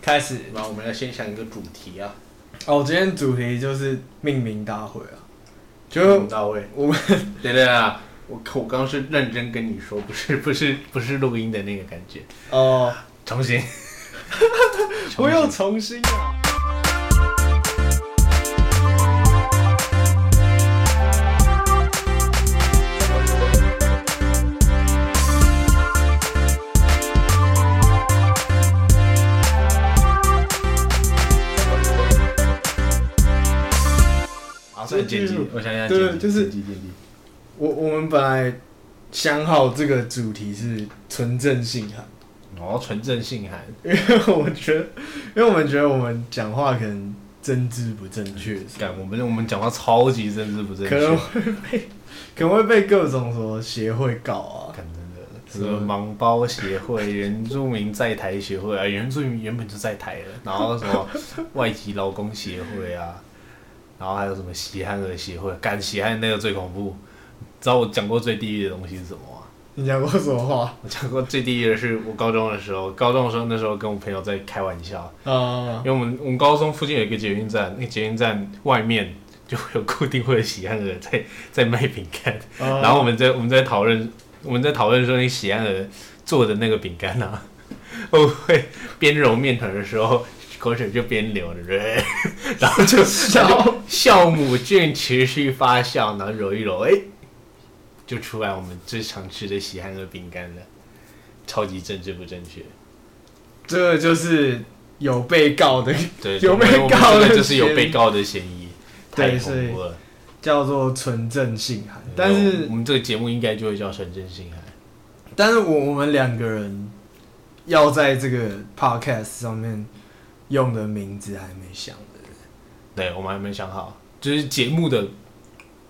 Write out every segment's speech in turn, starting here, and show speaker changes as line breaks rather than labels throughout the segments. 开始
那我们要先想一个主题啊，
哦，今天主题就是命名大会啊，就
很到位。
我们
对对啊，我我刚是认真跟你说，不是不是不是录音的那个感觉。
哦，
重新，
不用重新啊。
好，算剪辑，我想想剪辑，
对就是
剪辑剪辑。
我我们本来想好这个主题是纯正性哈，
哦，纯正性寒，
因为我觉得，因为我们觉得我们讲话可能政治不正确，
干我们我们讲话超级政治不正确，
可能会被 可能会被各种什么协会告啊。
干真的什么盲包协会、原住民在台协会啊， 原住民原本就在台了，然后什么外籍劳工协会啊，然后还有什么喜汉儿协会，干喜汉那个最恐怖。知道我讲过最地狱的东西是什么吗？
你讲过什么话
我讲过最地狱的是我高中的时候，高中的时候那时候跟我朋友在开玩笑，
啊
因？为我们我们高中附近有一个捷运站，那个捷运站外面就会有固定会有喜汉儿在在卖饼干，然
然
后我们在我们在讨论我们在讨论说那喜安儿做的那个饼干啊，会不会边揉面团的时候口水就边流了，对不 对然后就
笑
酵母菌持续发酵，然后揉一揉，哎，就出来我们最常吃的喜安儿饼干了，超级政治不正确。
这个就是有被告的，
对，
有
我们
被
我们
告
这个
的
就是有
嫌
被
疑
告的嫌疑，太
对所
恐
以
怖了。
叫做纯正性寒，但是
我们这个节目应该就会叫神正性海。
但是我我们两个人要在这个 podcast 上面用的名字还没想的，
对，我们还没想好，就是节目的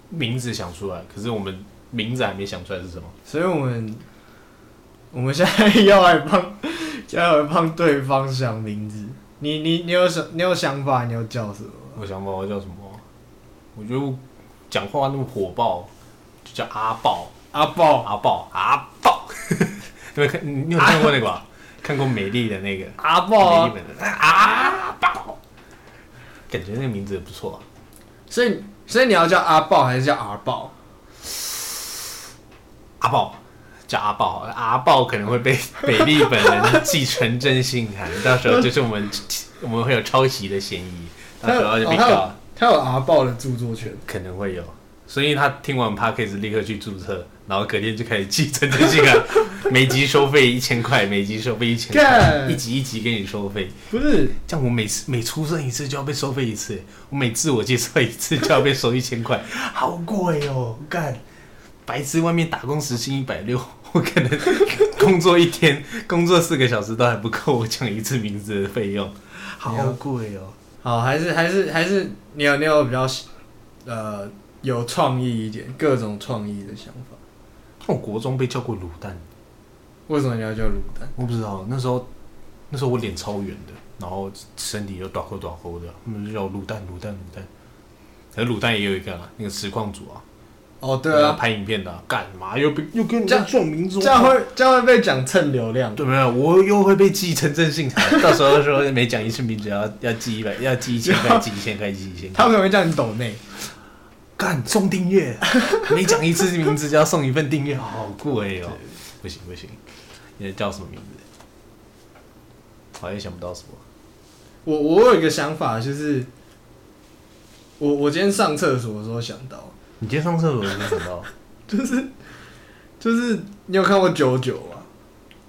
名字想出来，可是我们名字还没想出来是什么。
所以我们我们现在要来帮要来帮对方想名字。你你你有想你有想法，你要叫什么？
我想不到我叫什么，我觉得我讲话那么火爆，就叫阿爆、
阿豹
阿爆、阿爆。 你们看，你你有看过那个吧？看过美丽的那个
阿豹
美
啊！
丽本的阿爆，感觉那个名字也不错、啊。
所以所以你要叫阿豹还是叫阿豹？
阿豹叫阿豹好了，阿豹可能 会被北利本人继承真信函，到时候就是我们我们会有抄袭的嫌疑，到时候就被
他有
告、
他有阿豹的著作权。
可能会有，所以他听完 p a c k a g e 立刻去注册，然后隔天就开始继承真信函，每集收费一千块，每集收费一千块，
干
一集一集给你收费，
不是，
这样我每次每出生一次就要被收费一次，我每自我介绍一次就要被收一千块， 好贵哦！干，白痴外面打工时薪一百六， 我可能工作一天 工作四个小时都还不够我讲一次名字的费用，好贵哦！
好，还是还是还是你有你有比较呃有创意一点，各种创意的想法。
我国中被叫过卤蛋，
为什么你要叫卤蛋？
我不知道那时候那时候我脸超圆的，然后身体又短厚短厚的，他们就叫我卤蛋卤蛋卤蛋，可是卤蛋也有一个啊，那个实况组啊。
哦，对啊，
拍影片的啊，干嘛又被又跟人
这
家
样
撞名字？
这样会这样会被讲蹭流量。
对没有？我又会被记成正信函，到时候说每讲一次名字要要记一百，要记一千块，记一千块，记一千块。
他们可能会叫你抖内，
干送订阅，每讲一次名字就要送一份订阅，好贵哦！不行不行，你叫什么名字？好像想不到什么。
我我有一个想法，就是我我今天上厕所的时候想到，
你今天上厕所有没有想到？
就是就是你有看过九九吗？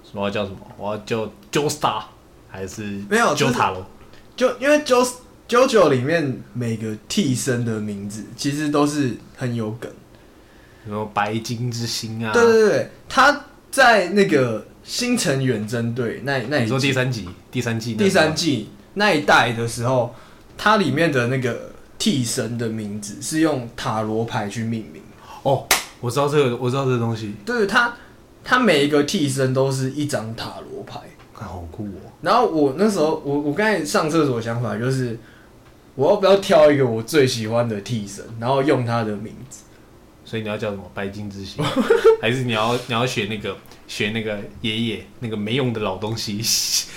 什么要叫什么？我要叫 Jo Star 还是
没有就是
Jo 塔罗？
就因为九九九里面每个替身的名字其实都是很有梗。
什么白金之星啊？
对对对，他在那个星辰远征队那那
你说
一
第
季
三集，第三季那个吗，
第三季那一代的时候，它里面的那个替身的名字是用塔罗牌去命名。
哦，我知道这个，我知道这个东西，
对，它它每一个替身都是一张塔罗牌。
看好酷哦！
然后我那时候我我刚才上厕所的想法就是，我要不要挑一个我最喜欢的替身，然后用他的名字？
所以你要叫什么白金之星， 还是你要你要学那个学那个爷爷那个没用的老东 西，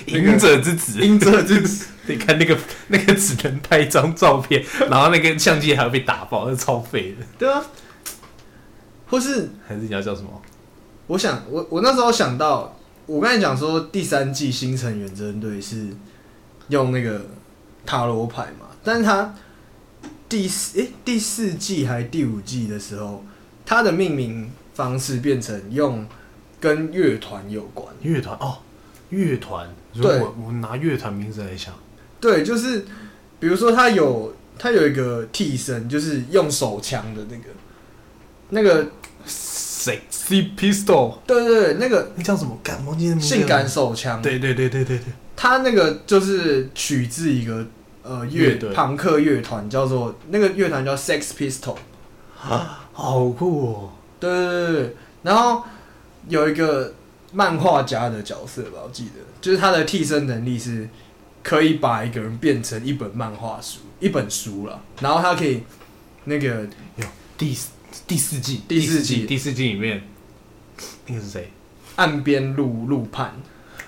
那个
隐者之子，
因这就是
你看那个那个只能拍一张照片， 然后那个相机还要被打爆，那超废的。
对啊，或是
还是你要叫什么？
我想，我我那时候想到，我刚才讲说第三季《星辰远征队》是用那个塔罗牌嘛，但是他第四诶、第四季还第五季的时候，它的命名方式变成用跟乐团有关。
乐团哦，乐团。如
对
果我拿乐团名字来想，
对，就是比如说他有他有一个替身，就是用手枪的那个那个，
谁 C Pistol，
对对对，那个
那叫什么？感忘记那名字了
性感。手枪。
对对对对对对。
他那个就是取自一个呃乐
乐队
朋克乐团，叫做那个乐团叫 Sex Pistol。
啊， 好酷哦！
对对对对，然后有一个漫画家的角色吧，我记得，就是他的替身能力是可以把一个人变成一本漫画书，一本书了，然后他可以那个
第四第四季，
第四季
第四季里面，那个是谁？
岸边路路畔，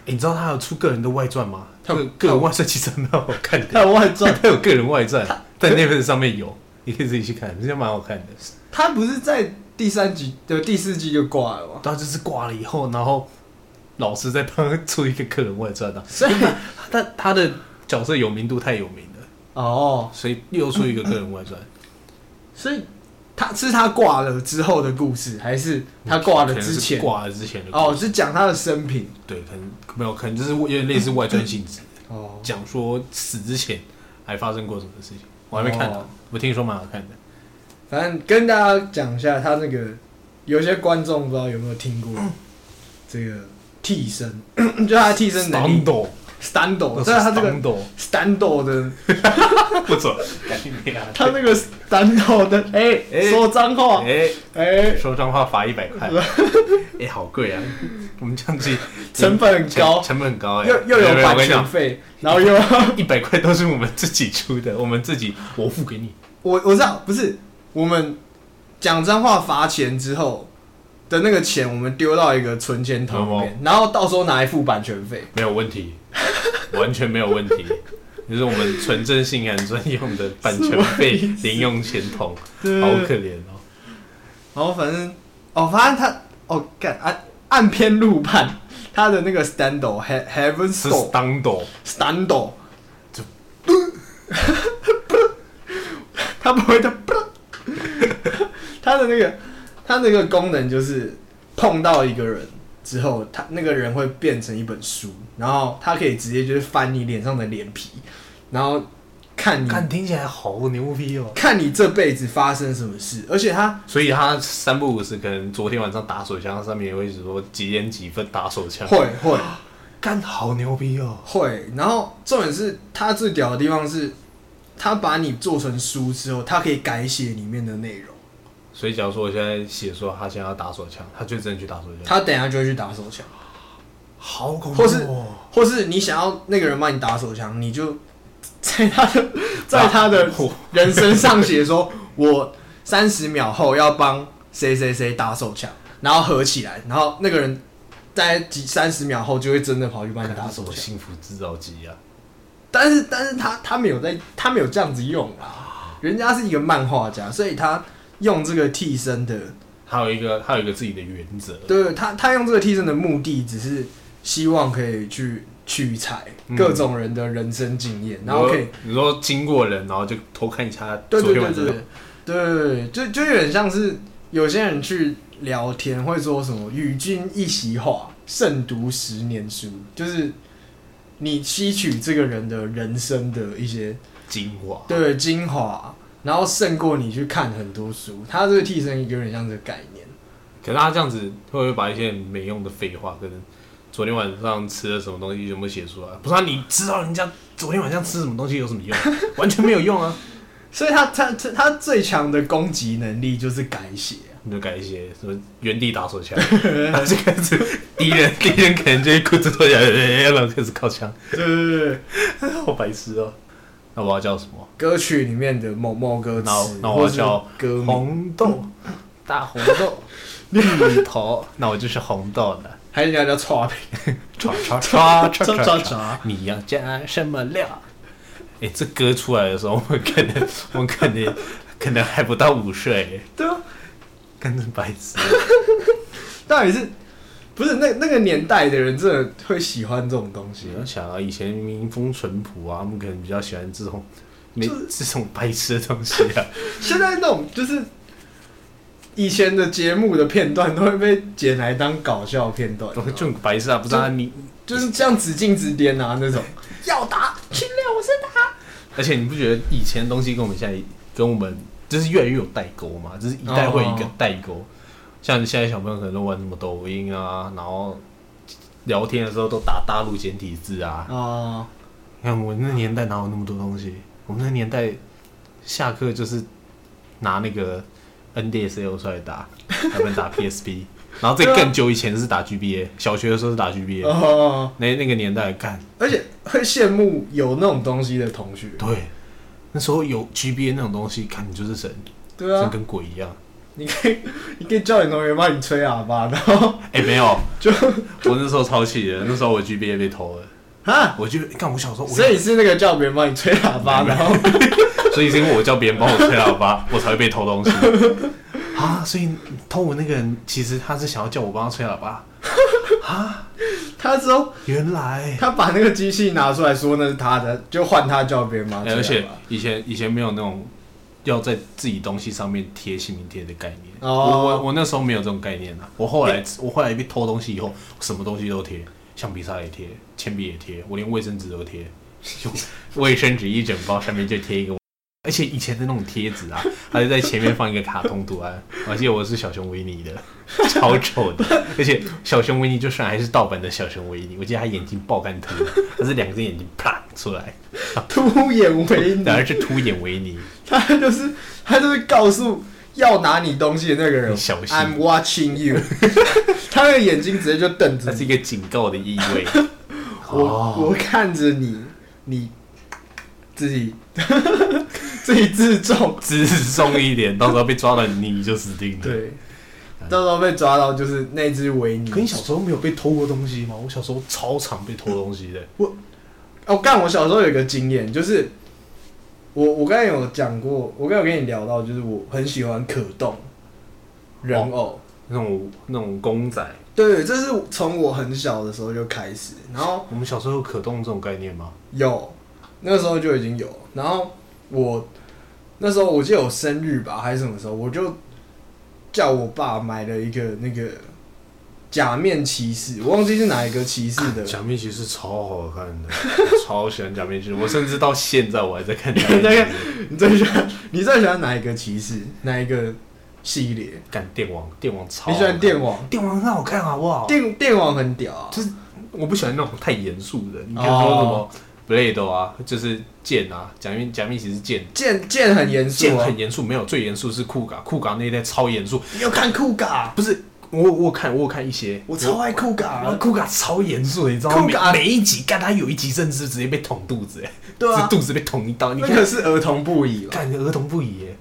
诶你知道他有出个人的外传吗？
他有
个个人外传其实还蛮好看的。
他外
知道 他有个人外传，在 Netflix 上面有，你可以自己去看，这蛮好看的。
他不是在第三集的第四季就挂了吗？
他就是挂了以后，然后老师再帮他出一个个人外传的、啊，
所以
他他的角色有名度太有名了，
哦，
所以又出一个个人外传。
所以他是他挂了之后的故事，还是他挂了之前？
挂了之前的故事
哦，是讲他的生平。
对，可能没有，可能就是有点类似外传性质，
哦，
讲说死之前还发生过什么事情。我还没看呢、
哦
我听说蛮好看的。
反正跟大家讲一下，他那个有些观众不知道有没有听过这个替身， 就他的替身能力
Stando，
，stando，但哦是他这个
Stando，
stando 的，
不错，赶紧给他
他那个 stando 的，哎、
哎
说脏话，
哎，
哎、
说脏话罚一百 块，哎，好贵啊！我们这样子
成本很高
成成本很高哎，
又又有版权
费，
费，然后又要
一百块都是我们自己出的，我们自己我付给你，
我我知道，不是我们讲脏话罚钱之后的那个钱，我们丢到一个存钱桶里面，然后到时候拿来付版权费。
没有问题， 完全没有问题。就是我们纯正性感专用的版权 费、零用钱桶，
对
好可怜哦。
然后反正哦，反正他哦干按按篇路判，他的那个 stando he- heaven
是
store
stando，
stando
就
他不会的，他的那个他那个功能就是碰到一个人之后，他那个人会变成一本书，然后他可以直接就是翻你脸上的脸皮，然后看你
看听起来好牛逼哦。
看你这辈子发生什么事，而且他
所以他三不五时，可能昨天晚上打手枪，上面也会说几点几分打手枪，
会会
干好牛逼哦。
会，然后重点是他最屌的地方是，他把你做成书之后，他可以改写里面的内容，
所以假如说我现在写说他现在要打手枪，他就真的去打手枪，
他等一下就会去打手枪。
好恐哦
或是或是你想要那个人帮你打手枪，你就 在他的在他的人身上写说，我三十秒后要帮谁谁谁打手枪，然后合起来，然后那个人在几三十秒后就会真的跑去帮你
看
打
他
手
什么
枪。
幸福制造机啊！
但是但是他他没有在他没有这样子用啊，人家是一个漫画家，所以他用这个替身的，
他有一个他有一个自己的原则，
对他他用这个替身的目的只是希望可以去取材各种人的人生经验，然后可以。
你说你说经过人，然后就偷看一下他
对
昨
对
天
对对
晚上
对对，对就就有点像是有些人去聊天会说什么“与君一席话，胜读十年书”，就是你吸取这个人的人生的一些
精华，
对精华，然后胜过你去看很多书。他这个替身有点像这个概念，
可是他这样子会不会把一些没用的废话，可能昨天晚上吃了什么东西全部写出来？不是啊，你知道人家昨天晚上吃什么东西有什么用？ 完全没有用啊！
所以他他他他最强的攻击能力就是改写啊、
你就改一些什么原地打手 枪，然后就开始敌人敌人可能就会裤子脱下来，哎然后开始靠枪，
对对对对，
好白痴哦、那我要叫什么？
歌曲里面的某某歌
那我
词，
那我
或
要
是
叫
歌名，
红豆大红豆、 绿头，那我就是红豆了。
还是人家叫差评，
唰唰唰
唰
唰唰
唰
唰
唰，
你要加什么料？哎，这歌出来的时候， 我们可能，我们可能，可能还不到五岁，
对啊，
跟着白痴。
到底是不是那那个年代的人真的会喜欢这种东西
你？要想啊，以前民风淳朴啊，他们可能比较喜欢这种没这种白痴的东西 啊。
现在那种就是以前的节目的片段都会被剪来当搞笑片段，
这种白痴啊，不知道啊你，
就是这样指进指点啊 那种。
要打侵略我是打。而且你不觉得以前的东西跟我们现在跟我们就是越来越有代沟嘛？就是一代会一个
哦
代沟。像现在小朋友可能都玩什么抖音啊，然后聊天的时候都打大陆简体字啊。
哦，
你看我那年代哪有那么多东西？我们那年代下课就是拿那个 NDSL 出来打，要不然打 PSP。然 后再更久以前是打 GBA，小学的时候是打 GBA，、
哦，
那那个年代干
而且会羡慕有那种东西的同学。
对，那时候有 GBA 那种东西，看你就是神，
对
真
啊，
跟鬼一样。
你可以你可以叫你同学帮你吹喇叭，然后
哎、没有，
就
我那时候超气的，那时候我 GBA 被偷了，
啊，
我就看我小时候，我
所以是那个叫别人帮你吹喇叭，然后
所以是因为我叫别人帮我吹喇叭， 我才会被偷东西啊。所以偷我那个人，其实他是想要叫我帮他吹喇叭啊。
他之后
原来，
他把那个机器拿出来说那是他的，就换他叫别人帮
哎
他吹
而
喇
且
叭。
以前以前没有那种要在自己东西上面贴姓名贴的概念。
哦
我我我那时候没有这种概念啊。我后来我后来被偷东西以后，什么东西都贴，橡皮擦也贴，铅笔也贴，我连卫生纸都贴，用卫生纸一整包上面就贴一个。而且以前的那种贴纸啊，还是在前面放一个卡通图案。我记得我是小熊维尼的，超丑的。而且小熊维尼就算还是盗版的小熊维尼，我记得他眼睛爆干凸，他是两只眼睛啪出来，
突眼 为你
当，然是凸眼维尼。
他就是他就是告诉要拿你东西的那个人
你小心
，I'm watching you，他的眼睛直接就瞪着
它是
你，
一个警告的意 味。哦
我、我看着你，你自己 自己自重，
自重一点，到时候被抓了你就死定了。，
对，到时候被抓到就是那只维尼
嗯可。你小时候没有被偷过东西吗？我小时候超常被偷东西的。
哦，干！我小时候有一个经验，就是我我刚才有讲过，我刚才有跟你聊到，就是我很喜欢可动人
哦
偶。
那种那种公仔，
对，这是从我很小的时候就开始，然后
我们小时候有可动这种概念吗？
有，那个时候就已经有。然后我那时候我记得我生日吧，还是什么时候，我就叫我爸买了一个那个假面骑士，我忘记是哪一个骑士的。
啊假面骑士超好看的，超喜欢假面骑士，我甚至到现在我还在看假
你在
面骑
看
士。
你最喜欢你最喜欢哪一个骑士？哪一个系列？
干电王，电王超
你
好看
喜欢电？王？
电王很好看，啊好不好？
电电王很屌啊！
就是我不喜欢那种太严肃的，你
哦
看说什么 blade 啊，就是剑啊，假面假面骑士剑，
剑剑很严肃
剑
啊
很！严肃，没有最严肃是酷嘎，酷嘎那一代超严肃，
你有看酷嘎？
不是我我有看我有看一些，
我超爱酷嘎
啊
啊！
酷嘎超严肃的，你知道吗？
酷嘎
每每一集干他有一集甚至直接被捅肚子，哎，
对啊
是肚子被捅一刀，你
那个
看
是儿童不宜吧？
干儿童不宜耶。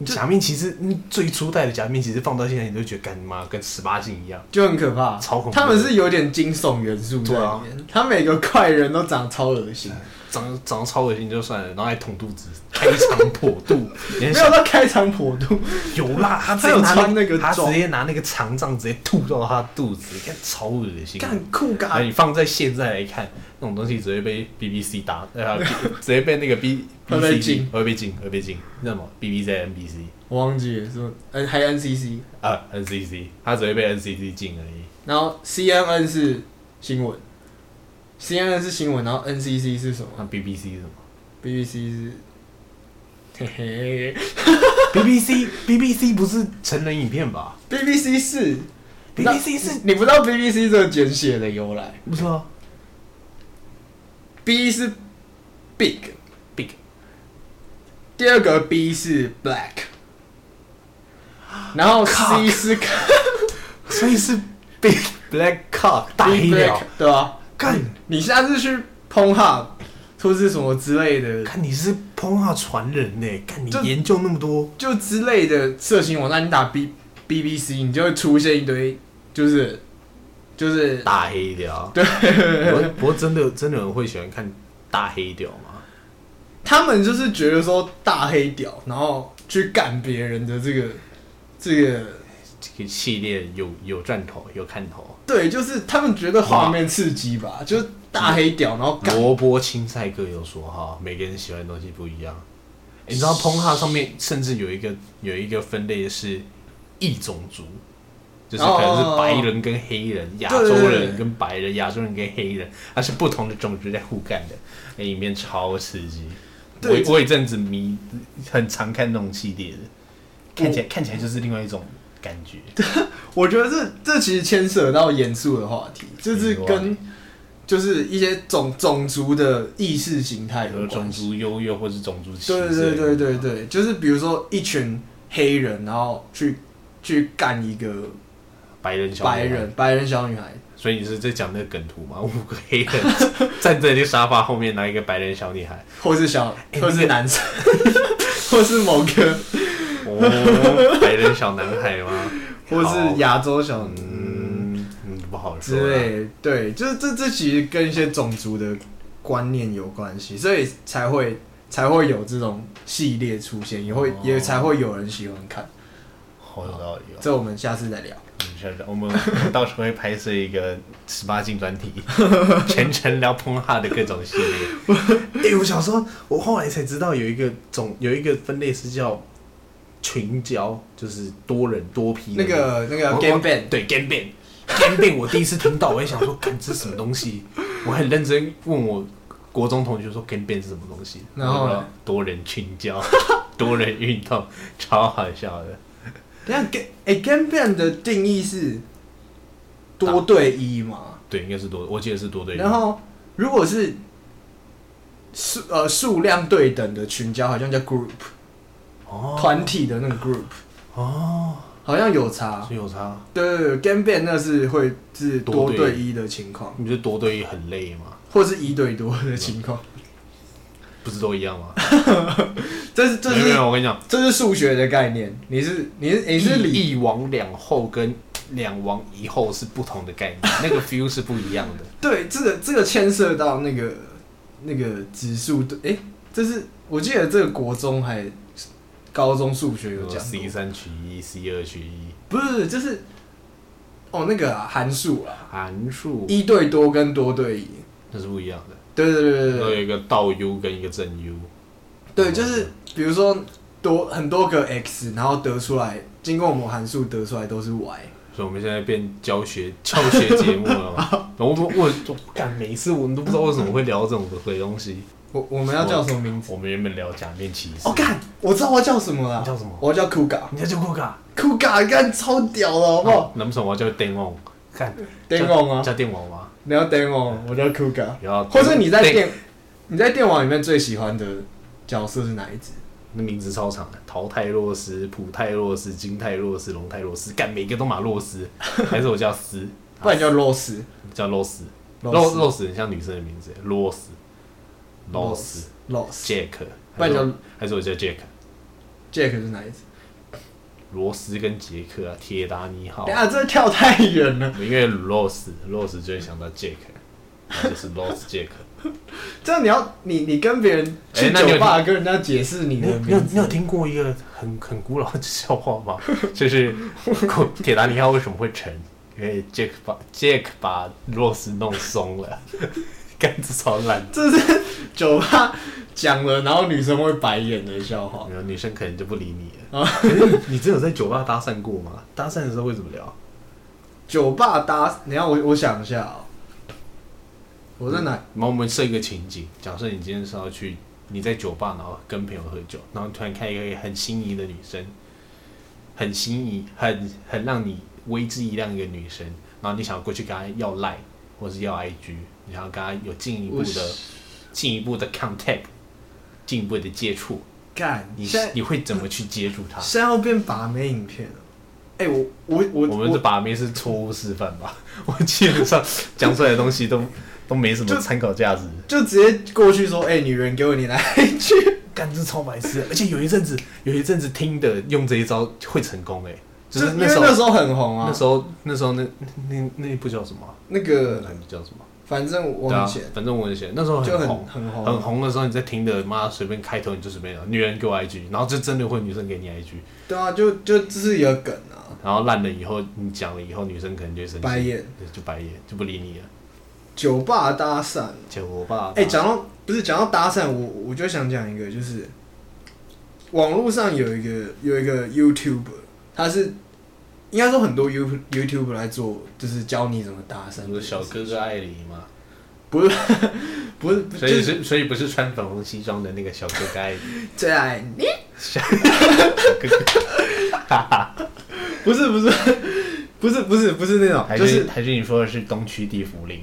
你假面骑士，嗯最初代的假面骑士放到现在，你都觉得干妈跟十八禁一样。
就很可怕，
超恐怖
他们是有点惊悚元素在
对啊
里面，他每个怪人都长超恶心，
长长得超恶心就算了，然后还捅肚子，开肠破 肚，你还
没
想
有到开肠破 肚，
有啦，他直
他
接
有
拿
穿那个
他
装
直接拿那个肠胀直接吐到他肚子，看超恶心。
干酷
哎，
嘎
你放在现在来看，那种东西只会被 BBC 打， 呃，直接被那个 B
会被
BC
禁
会被禁，会被禁。那什么 BBC、NBC
我忘记了说，嗯，还 NCC，
啊 NCC，他只会被 NCC 禁而已。
然后 CNN 是新闻，CNN 是新闻，然后 NCC 是什么
那 BBC 是什么
？BBC 是，嘿嘿
？BBC BBC 不是成人影片吧
，BBC 是
？BBC 是
你不知道 BBC 这个简写的由来
不知啊道
，B 是 big，
Big
第二个 B 是 black，然后 C
啊 Cock
是 c
所以是 Big Black Cock 大黑
Big
鸟
black，。对吧、
干
你下次去 p o n h u b 或是什么之类的，
看你是 p o n 传人呢、看你
这
研究那么多。
就之类的色情网站，你打 B BBC，你就会出现一堆就是就是
大黑雕。
对，
不不过真的真的有人会喜欢看大黑雕吗？
他们就是觉得说大黑屌，然后去干别人的这个这个，
这个系列有有赚头，有看头。
对，就是他们觉得画面刺激吧，就是大黑屌，然后干
萝卜青菜各有所好，每个人喜欢的东西不一样。欸你知道 p o n h u 上面甚至有一个有一个分类是异种族，就是可能
哦
是白人跟黑人、亚
对
洲
对对
人跟白人、亚洲人跟黑人，它是不同的种族在互干的，那里面超刺激。我
对
我有一阵子迷，很常看那种系列的，看起来看起来就是另外一种感觉。
我觉得这这其实牵涉到严肃的话题，就是
没
跟就是一些种种族的意识形态
有
有
种
关系。
族优越或是种族歧视
对
的。
对对对对，就是比如说一群黑人，然后去去干一个
白人小
白
女孩
人白人小女孩，
所以你是在讲那个梗图吗？五个黑人站在那个沙发后面，拿一个白人小女孩。
或是小
哎
或
那
是
个
男生，或是某个
哦，白人小男孩吗？
或
好
是亚洲小
嗯嗯不好说啦
之。类，对，就是这这其实跟一些种族的观念有关系，所以才会才会有这种系列出现，也会、
哦
也才会有人喜欢看。
好有道理哦。
这我们下次再聊。
我们下次我们我们到时候会拍摄一个十八禁专题，全程聊碰哈的各种系列。哎、我小时候，我后来才知道有一个种有一个分类是叫群交，就是多人多批的
那个那个
我
Game
我
Band，
对 Game Ban，Game Ban，我第一次听到，我也想说，干这是什么东西？我很认真问我国中同学说 Game Ban 是什么东西，
然后呢
我说多人群交，多人运动，超好笑的。
等一下 Game 哎、Game Band 的定义是多对一嘛？
对，应该是多，我记得是多对。
然后如果是数呃数量对等的群交，好像叫 group
哦
团体的那个 group，
哦，
好像有差。
所以有差。
对对对，game ban 那是会是多
多对
对一的情况，
你不是多对一很累吗？
或是一对多的情况，
不是都一样吗？
这是这
没有没
是
有，我跟你讲，
这是数学的概念。你是你是你是理
一一王两后跟两王一后是不同的概念，那个 feel 是不一样 的。
对这个这个牵涉到那个那个指数对，诶，这是我记得这个国中还高中数学有讲
C
过，
三取一，C 二取一，
不是就是哦那个啊函数啊，
函数
一对多跟多对一，
那是不一样的。
对对对对
然后
对
有一个倒 U 跟一个正 U，
对，就是比如说多很多个 x，然后得出来，经过我们函数得出来都是 y。
所以我们现在变教学 教学节目了 嘛。我我我我干，每一次我们都不知道为什么会聊这种鬼东西。
我我们要叫什么名字？
我们原本聊假面骑士，
哦，干，我知道我要叫什么了。
你叫什么
我要叫 Kuga。
你在叫酷
啊
卡，
Kuga 干超屌的，好不好？
难不成我要叫电网？看
电网啊
叫电网吗？啊
你要等我，我叫 Kuga。
然后
或者你在电你在电网里面最喜欢的角色是哪一只？
那名字超长的，桃泰洛斯、普泰洛斯、金泰洛斯、龙泰洛斯，干每个都马 洛斯，还是我叫斯，
不然叫 Rose。
叫洛斯，
Ross
洛洛斯很像女生的名字，洛斯，洛斯。
Rose。
Jack，
不然
还是
叫
我还是我叫 Jack，
Jack 是哪一只？
罗斯跟杰克啊，铁达尼号
等一，下这跳太远了，
因为罗斯罗斯就会想到 Jack，然后就是罗斯 Jack。
这样你要你你跟别人去
哎那你有
酒吧跟人家解释你
你有
的
你有
名
你有
字，
听过一个很很古老的笑话 吗？就是古铁达尼号为什么会沉？因为 Jack 把 Jack 把罗斯弄松了， 杆子超烂。
这是酒吧讲了，然后女生会白眼的笑话。
然后女生可能就不理你了。可是你真有在酒吧搭讪过吗？搭讪的时候会怎么聊？
酒吧搭，你让我我想一下哦、我在哪？
然后我们设一个情景，假设你今天是要去你在酒吧，然后跟朋友喝酒，然后突然看一个很心仪的女生，很心仪，很很让你为之一亮的一个女生，然后你想要过去跟她要赖，或是要
嗯
IG，你想要跟她有进一步
我
的进一步的 contact，进一步的接触，
干，
你
现在
你会怎么去接触她？
现在要变把妹影片了。哎、我我我
我们这把妹是错误示范吧？我基本上讲出来的东西都都没什么参考价值。
就直接过去说，哎、女人给我你来去。
干这超白痴的，而且有一阵子，有一阵子听的用这一招会成功哎、 就
就是因为
那时候
那时候很红啊，
那时候那时候那那那一部叫什么啊？
那
那
个
部叫什么？
反正我
对啊
很闲，
反正我很闲，那时候
就
很
很
红。
很红，
很红的时候，你在听的，妈随便开头你就随便聊，女人给我 IG，然后就真的会女生给你 IG，
对啊，就就这是一个梗啊，
然后烂了以后，你讲了以后，女生可能就会生气，
白眼
对就白眼，就不理你了。
酒吧搭讪。
结果我爸，
哎、讲到不是讲到搭讪，我我就想讲一个，就是网络上有一个有一个 YouTube，他是应该说很多 You YouTube 来做，就是教你怎么搭讪
什。么小哥哥艾琳嘛，
不是，不
所
就是
以是所以不是穿粉红西装的那个小哥哥艾琳，
最爱你，
小哥哥
不是不是不是不是不是那种，
还
就是是
还是你说的是东区地 府林，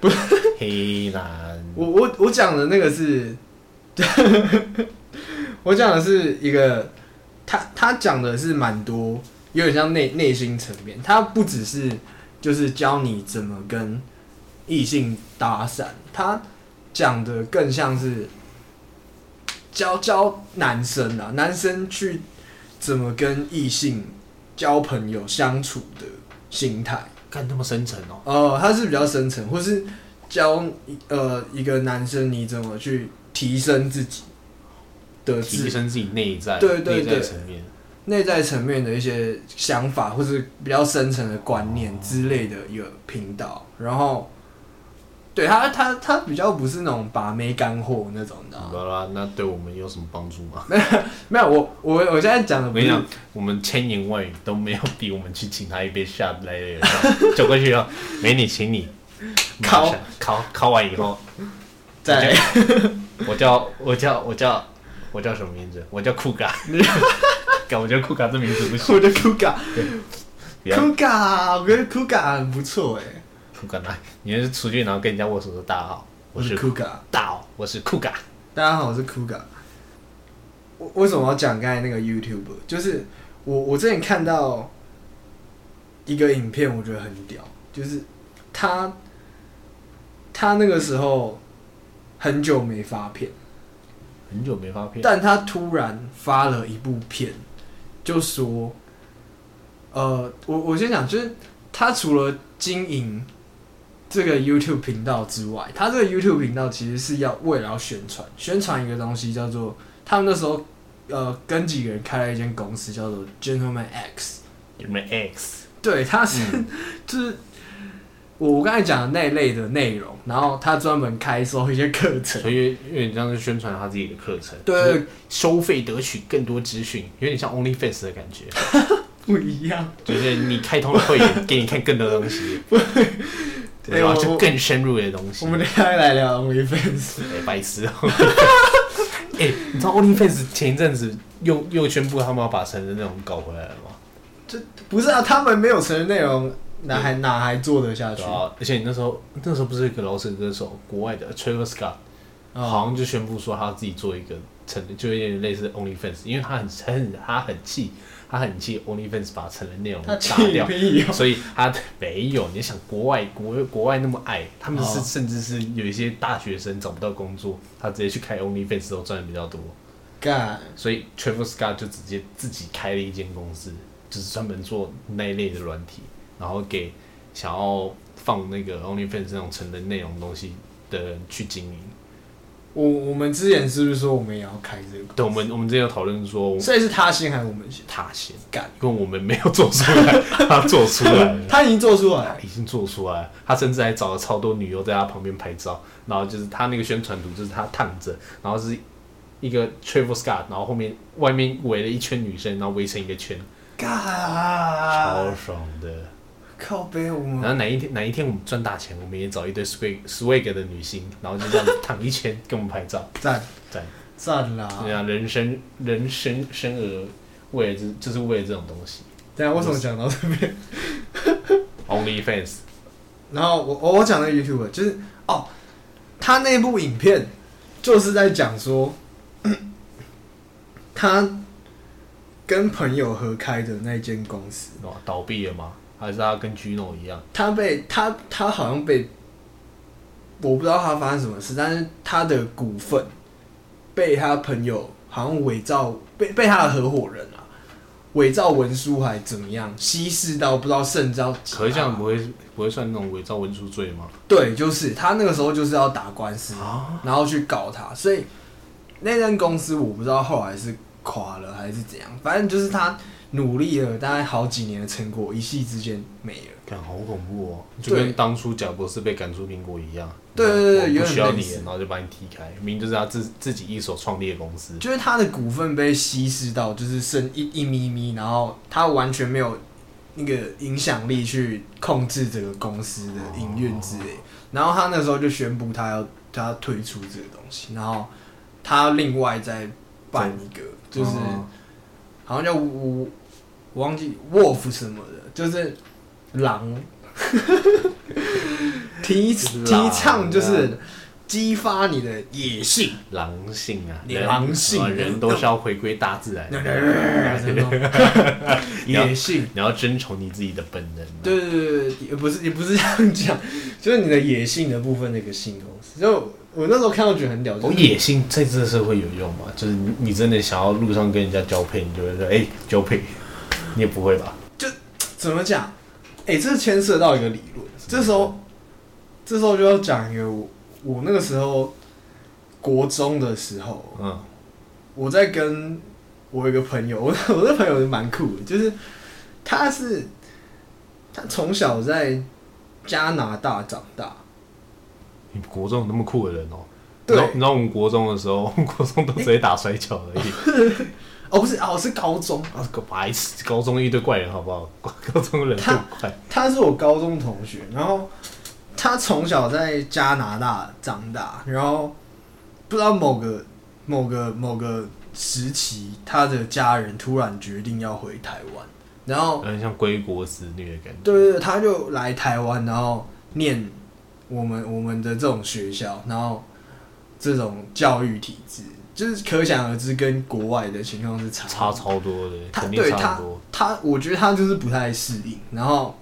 不是 黑男，
我我我讲的那个是，我讲的是一个，他他讲的是蛮多，有点像内内心层面，他不只是就是教你怎么跟异性搭讪，他讲的更像是教教男生啊，男生去怎么跟异性交朋友相处的心态。
干那么深沉哦，
哦，他是比较深层，或是教呃一个男生你怎么去提升自己的
提
自
升自己内在
对对
内在
对啊
层面，
内在层面的一些想法，或是比较深层的观念之类的一个频道。然后，对他他他比较不是那种把妹干货那种的啊、
好啦，那对我们有什么帮助吗？
没有我我我现在讲的
我
不
跟你
是
讲，我们千言万语都没有比我们去请他一杯下来的有效。走过去以后，美女，请你
烤
马上烤烤完以后，
在
我叫我叫我叫我叫什么名字？我叫 酷嘎。干，我觉得酷嘎这名字不行。
我的 Kuga
不要
Kuga，我觉得 Kuga 很不错哎、
酷嘎来，你是出去然后跟人家握手说大家好，我
我是
是
Kuga。
大好，我是酷嘎。
大家好，我是 Kuga。我为什么要讲刚才那个 YouTube？就是我我之前看到一个影片，我觉得很屌，就是他他那个时候很久没发片，
很久没发片，
但他突然发了一部片，就说，呃，我我先讲，就是他除了经营这个 YouTube 频道之外，他这个 YouTube 频道其实是要为了要宣传，宣传一个东西叫做他们那时候呃跟几个人开了一间公司叫做 Gentleman X，
有没有 X？
对，他是、
嗯
就是。我我刚才讲的那一类的内容，然后他专门开收一些课程，
所以有点像是宣传他自己的课程，
对，
收费得取更多资讯，有点像 OnlyFans 的感觉。
不一样。
就是你开通了慧眼，给你看更多 东西，对，
哎
然后
我
就更深入的东西。
我们等一下来聊 OnlyFans。
哎白痴 哦。哎、你知道 OnlyFans 前一阵子又又宣布他们要把成人内容搞回来了吗？
不是啊，他们没有成人内容，哪还哪还做得下去
对？啊，而且你那时候那时候不是有一个饶舌歌手，国外的 Travis Scott，、好
嗯
像就宣布说他自己做一个成，就有点类似 OnlyFans，因为他很很他很气，他很气 OnlyFans 把成人内容
他
打
气
掉。
屁哦！
所以他没有，你想国外国国外那么矮，他们是
哦
甚至是有一些大学生找不到工作，他直接去开 OnlyFans 都赚的比较多，
干，
所以 Travis Scott 就直接自己开了一间公司，就是专门做那一类的软体，然后给想要放那个 OnlyFans 那种成人内容东西的人去经营。
我我们之前是不是说我们也要开这个？
对，我们我们之前有讨论说
所以是他先还是我们先？
他先
干，
因为我们没有做出来， 他做出来了。
他已经做出来了，
已经做出来了，他甚至还找了超多女优在他旁边拍照，然后就是他那个宣传图就是他躺着，然后是一个 Travis Scott，然后后面外面围了一圈女生，然后围成一个圈，超
干，
爽的。
靠背我
然
们
后哪一天哪一天我们赚大钱，我们也找一堆 swag swag 的女星，然后就这样 躺一圈跟我们拍照，
赞
赞
赞啦！
对啊，人生人生生而为了这就是为了这种东西
等一下为什么讲到这边？
，Only Fans
然后我我我讲那个 YouTube 就是哦，他那部影片就是在讲说， 他跟朋友合开的那间公司。
哦倒闭了吗？还是他跟 Gino 一样？
他被他他好像被，我不知道他发生什么事，但是他的股份被他朋友好像伪造，被被他的合伙人啊伪造文书还怎么样，稀释到不知道甚至要几
可是这样
趴
不会不会算那种伪造文书罪吗？
对，就是他那个时候就是要打官司，
啊，
然后去告他，所以那间公司我不知道后来是垮了还是怎样，反正就是他努力了大概好几年的成果，一夕之间没了。
感好恐怖哦，
对
就跟当初贾博士被赶出苹果一样。
对对对对
我不需要
有点类
你
似
了，然后就把你踢开，明明就是他自自己一手创立的公司。
就是他的股份被稀释到，就是剩一一咪咪，然后他完全没有那个影响力去控制整个公司的营运之类。然后他那时候就宣布他要他要退出这个东西，然后他另外再办一个，就是
哦
好像叫我我忘记 wolf 什么的，就是狼。 提提倡就是激发你的野性，
狼性啊，
你
人
狼性
啊人都是要回归大自然的。
野性。
你要遵从你自己的本能、啊。
对对对对，也不是也不是这样讲，就是你的野性的部分那个性公司。就我那时候看到觉得很屌，
我
就是
哦野性在这个社会有用吗？就是你你真的想要路上跟人家交配，你就会说哎、交配，你也不会吧？
怎么讲？哎、这牵涉到一个理论，这时候这时候就要讲一个我我那个时候国中的时候，
嗯，
我在跟我有一个朋友，我我的朋友蛮酷的，就是他是他从小在加拿大长大，
你国中有那么酷的人哦、你
对
知道你知道我们国中的时候，我 们国中都直接打摔跤而已。
哦不是哦是高中，
啊，个白痴！高中一堆怪人好不好？高中人更怪。
他是我高中同学，然后他从小在加拿大长大，然后不知道某个某个某个时期，他的家人突然决定要回台湾，然后
有点像归国子女的感觉。
对对对，他就来台湾，然后念我们我们的这种学校，然后这种教育体制，就是可想而知跟国外的情况是差
差超多的，
他
肯定
对
差
他
很多。
他，我觉得他就是不太适应，然后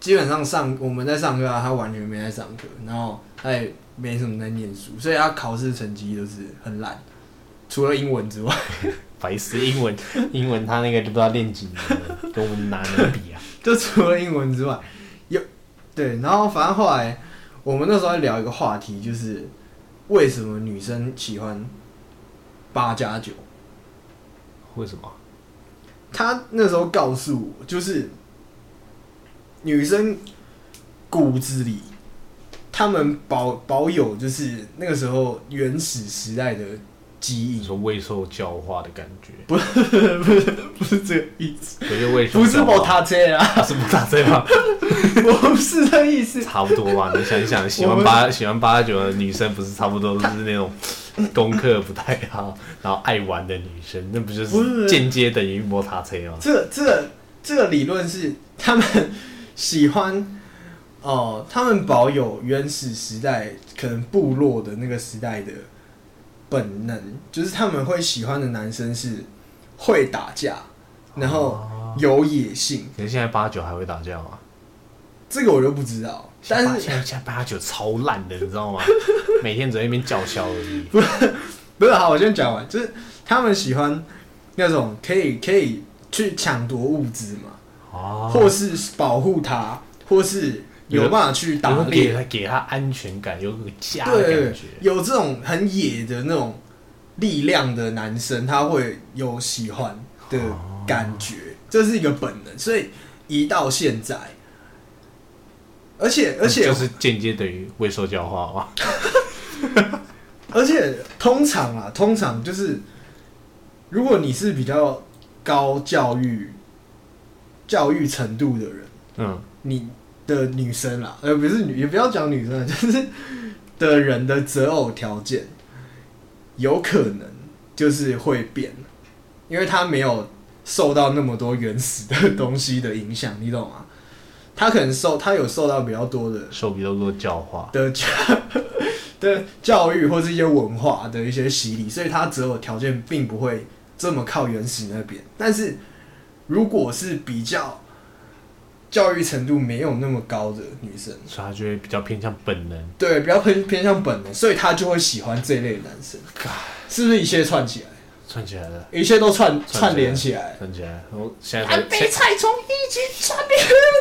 基本上上我们在上课啊，他完全没在上课，然后他也没什么在念书，所以他考试成绩都是很烂，除了英文之外，
白痴，英文 英文他那个就不知道练几年了，跟我们拿能比啊？
就除了英文之外，有对，然后反正后来我们那时候在聊一个话题，就是为什么女生喜欢八加九。
为什么？
他那时候告诉我，就是女生骨子里，她们保保有就是那个时候原始时代的基
你
因，
说未受教化的感觉，
不是不是这个意思，
不是未受
不是
教化
我他车啊，
啊是不打这吗？
我不是这意思。
差不多吧，你想一想，喜欢八喜欢八九的女生不是差不多都是那种功课不太好，然后爱玩的女生，那不就
不是
是间接等于摩擦车吗？
这这这个理论是他们 喜欢哦、他们保有原始时代可能部落的那个时代的本能，就是他们会喜欢的男生是会打架，然后
哦
有野性，
可是现在八九还会打架吗？
这个我就不知道，但
现在
是
现在现在八九超烂的，你知道吗？每天只在那边叫嚣而 已。
不是好，我先讲完，就是他们喜欢那种可以可以去抢夺物资嘛，
哦
或是保护它，或是有办法去打
有
猎
给。他给他安全感，有个家的
对
感觉，。
有这种很野的那种力量的男生，他会有喜欢的感觉，
哦
这是一个本能。所以移到现在，而且而且、
嗯就是间接等于未受教化嘛。
而且通常啊，通常就是如果你是比较高教育教育程度的人，
嗯，
你的女生啦，呃，不是女，也不要讲女生啊， 就是的人的择偶条件，有可能就是会变，因为他没有受到那么多原始的东西的影响，你懂吗？他可能受，他有受到比较多的
受比较多教化，
的教的教育或是一些文化的一些洗礼，所以他择偶条件并不会这么靠原始那边。但是如果是比较教育程度没有那么高的女生，
所以他就会比较偏向本能。
对，比较偏偏向本能，所以她就会喜欢这一类的男生，是不是一切串起来？
串起来了，
一切都串
起来
串联起来。
串起来了。我现在
南
才
北
现
菜从一起串联。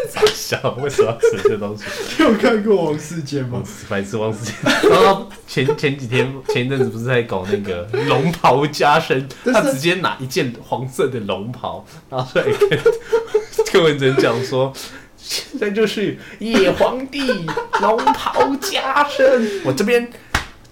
在笑，为什么要吃这东西？
你有看过王世坚吗
王？世白痴王世坚，然后前前几天前一阵子不是在搞那 个龙袍加身，
但
他
是
直接拿一件黄色的龙袍，然后哎 出来跟柯文哲讲说。现在就是野皇帝龙袍加身， 我这边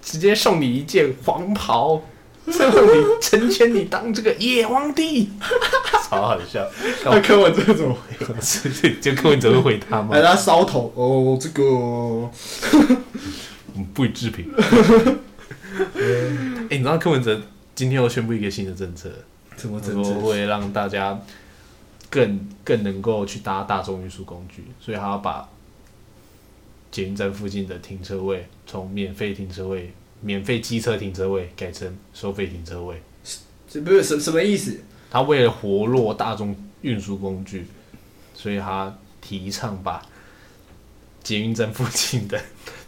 直接送你一件黄袍，最后你成全你当这个野皇帝， 超好笑。然
那
后
柯文哲怎么回？
就柯文哲会回他吗
哎，？他烧头哦，这个哦
嗯不予置评。哎、你知道柯文哲今天又宣布一个新的政策，
怎么
他
整
说
治？
会让大家更更能够去搭大众运输工具，所以他要把捷运站附近的停车位从免费停车位、免费机车停车位改成收费停车位。
这不是什什么意思？
他为了活络大众运输工具，所以他提倡把捷运站附近的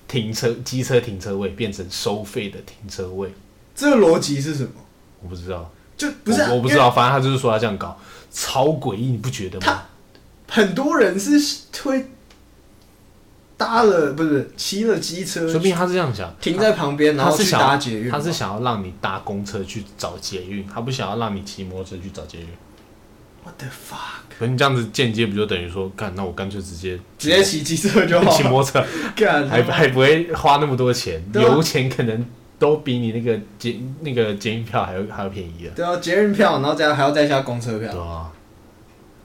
停车机车停车位变成收费的停车位。
这个逻辑是什么？
我不知道，
就不是啊
我，我不知
因为
道，反正他就是说他这样搞，超诡异，你不觉得吗
他？很多人是会搭了，不是骑了机车，
说不定他是这样想，
停在旁边，然
他
后
是
去
想
搭捷运吧。
他是想要让你搭公车去找捷运，他不想要让你骑摩托车去找捷运。
What the fuck？
可你这样子间接不就等于说，干，那我干脆直接
直接骑机车就好
骑，摩托车，
干
还还不会花那么多钱，
对啊
油钱可能都比你那个捷那个捷运票还要还要便宜了。
对啊，捷运票，然后再还要再加公车
对
票，
啊，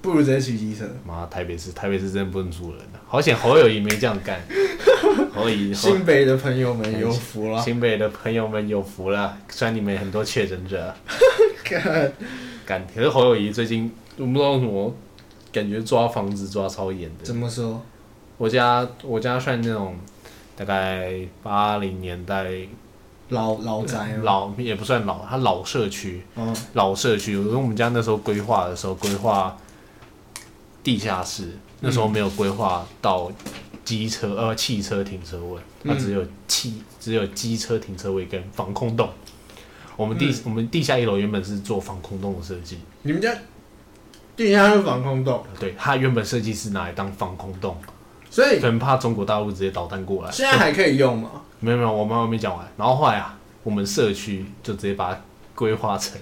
不如直接骑机车。
妈，台北市台北市真的不能住人了，好险侯友谊没这样 干，侯友谊侯
新北的朋友们有福了，
新北的朋友们有福了，虽然你们有很多确诊者，
干
感可是侯友谊最近我不知道为什么，感觉抓房子抓超严的。
怎么说？
我家我家算那种大概八零年代
老老宅吗，
老也不算老，它老社区，
嗯
老社区。我说我们家那时候规划的时候规划地下室，那时候没有规划到机车呃汽车停车位，它
嗯
只有汽、只有机车停车位跟防空洞。我们地、我们地下一楼原本是做防空洞的设计，
你们家地下是防空洞，
对，它原本设计是拿来当防空洞，
所以
很怕中国大陆直接导弹过来。
现在还可以用吗？
没有没有，我妈妈没讲完。然后后来啊，我们社区就直接把它规划成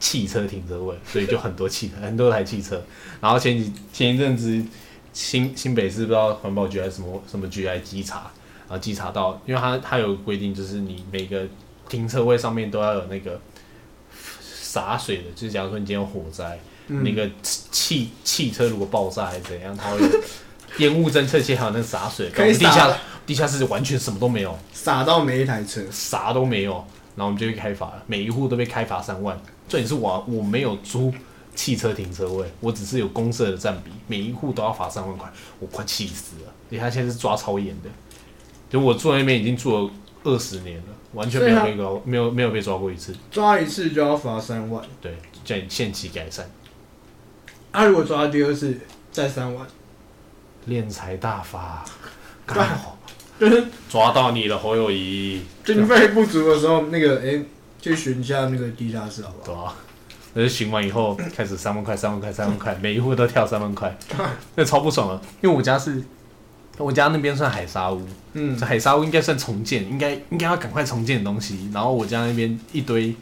汽车停车位，所以就很多汽很多台汽车。然后前几前一阵子新新北市不知道环保局还是什么什么局来稽查，然后稽查到，因为它它有规定，就是你每个停车位上面都要有那个洒水的，就是假如说你今天有火灾，
嗯
那个汽汽车如果爆炸还是怎样，它会有烟雾侦测器，还有那个洒水，
可以
地
洒
下
了
地下室完全什么都没有，
撒到每一台车，
啥都没有，然后我们就被开罚了，每一户都被开罚三万。重点是我我没有租汽车停车位，我只是有公社的占比，每一户都要罚三万块，我快气死了。因为他现在是抓超严的，就我住在那边已经住了二十年了，完全没有
所
被
以
抓，没有没有被抓过一次。
抓一次就要罚三万，
对，叫你限期改善，
啊，如果抓第二次再三万，
敛财大法，干好，抓到你了，侯友谊。
经费不足的时候，那个哎、去寻一下那个地下室好不好？
对啊，那就巡完以后开始三万块、三万块、三 万块，每一户都跳三万块，那超不爽了。因为我家是，我家那边算海沙屋，
嗯，
海沙屋应该算重建，应该应该要赶快重建的东西。然后我家那边一堆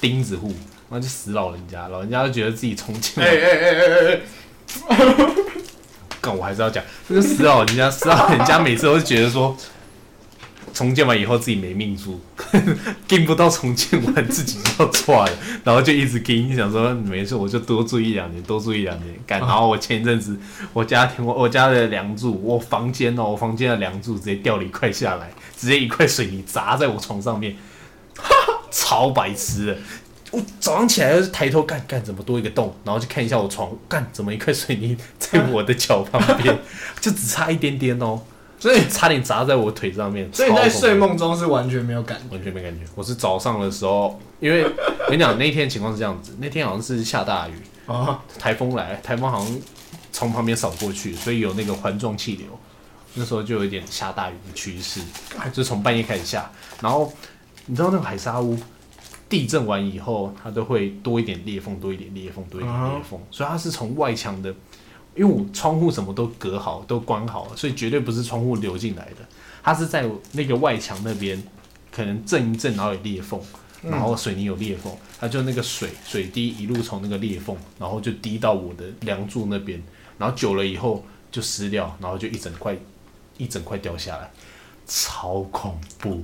钉子户，然后就死老人家，老人家就觉得自己重建
哎
完
哎哎哎哎，
干我还是要讲， 那个死老人家，死老人家每次都觉得说，重建完以后自己没命住，跟不到重建完自己就要踹了，然后就一直跟，想说嗯没事，我就多住一两年，多住一两年。干，然
啊
后我前一阵子，我家庭我我家的梁柱，我房间哦，我房间的梁柱直接掉了一块下来，直接一块水泥砸在我床上面， 超白痴的。我早上起来就是抬头干干怎么多一个洞，然后就看一下我床，干怎么一块水泥在我的脚旁边， 就只差一点点哦，
所以
差点砸在我腿上面。
所以你在
超恐怖
睡梦中是完全没有感觉，
完全没感觉。我是早上的时候，因为我跟你讲那天情况是这样子，那天好像是下大雨，
啊，
台风来，台风好像从旁边扫过去，所以有那个环状气流。那时候就有一点下大雨的趋势，就从半夜开始下。然后你知道那个海沙屋，地震完以后，它都会多一点裂缝，多一点裂缝，多一点裂缝，所以它是从外墙的，因为我窗户什么都隔好，都关好了，所以绝对不是窗户流进来的，它是在那个外墙那边，可能震一震，然后有裂缝，然后水泥有裂缝，它就那个水水滴一路从那个裂缝，然后就滴到我的梁柱那边，然后久了以后就湿掉，然后就一整块一整块掉下来，超恐怖。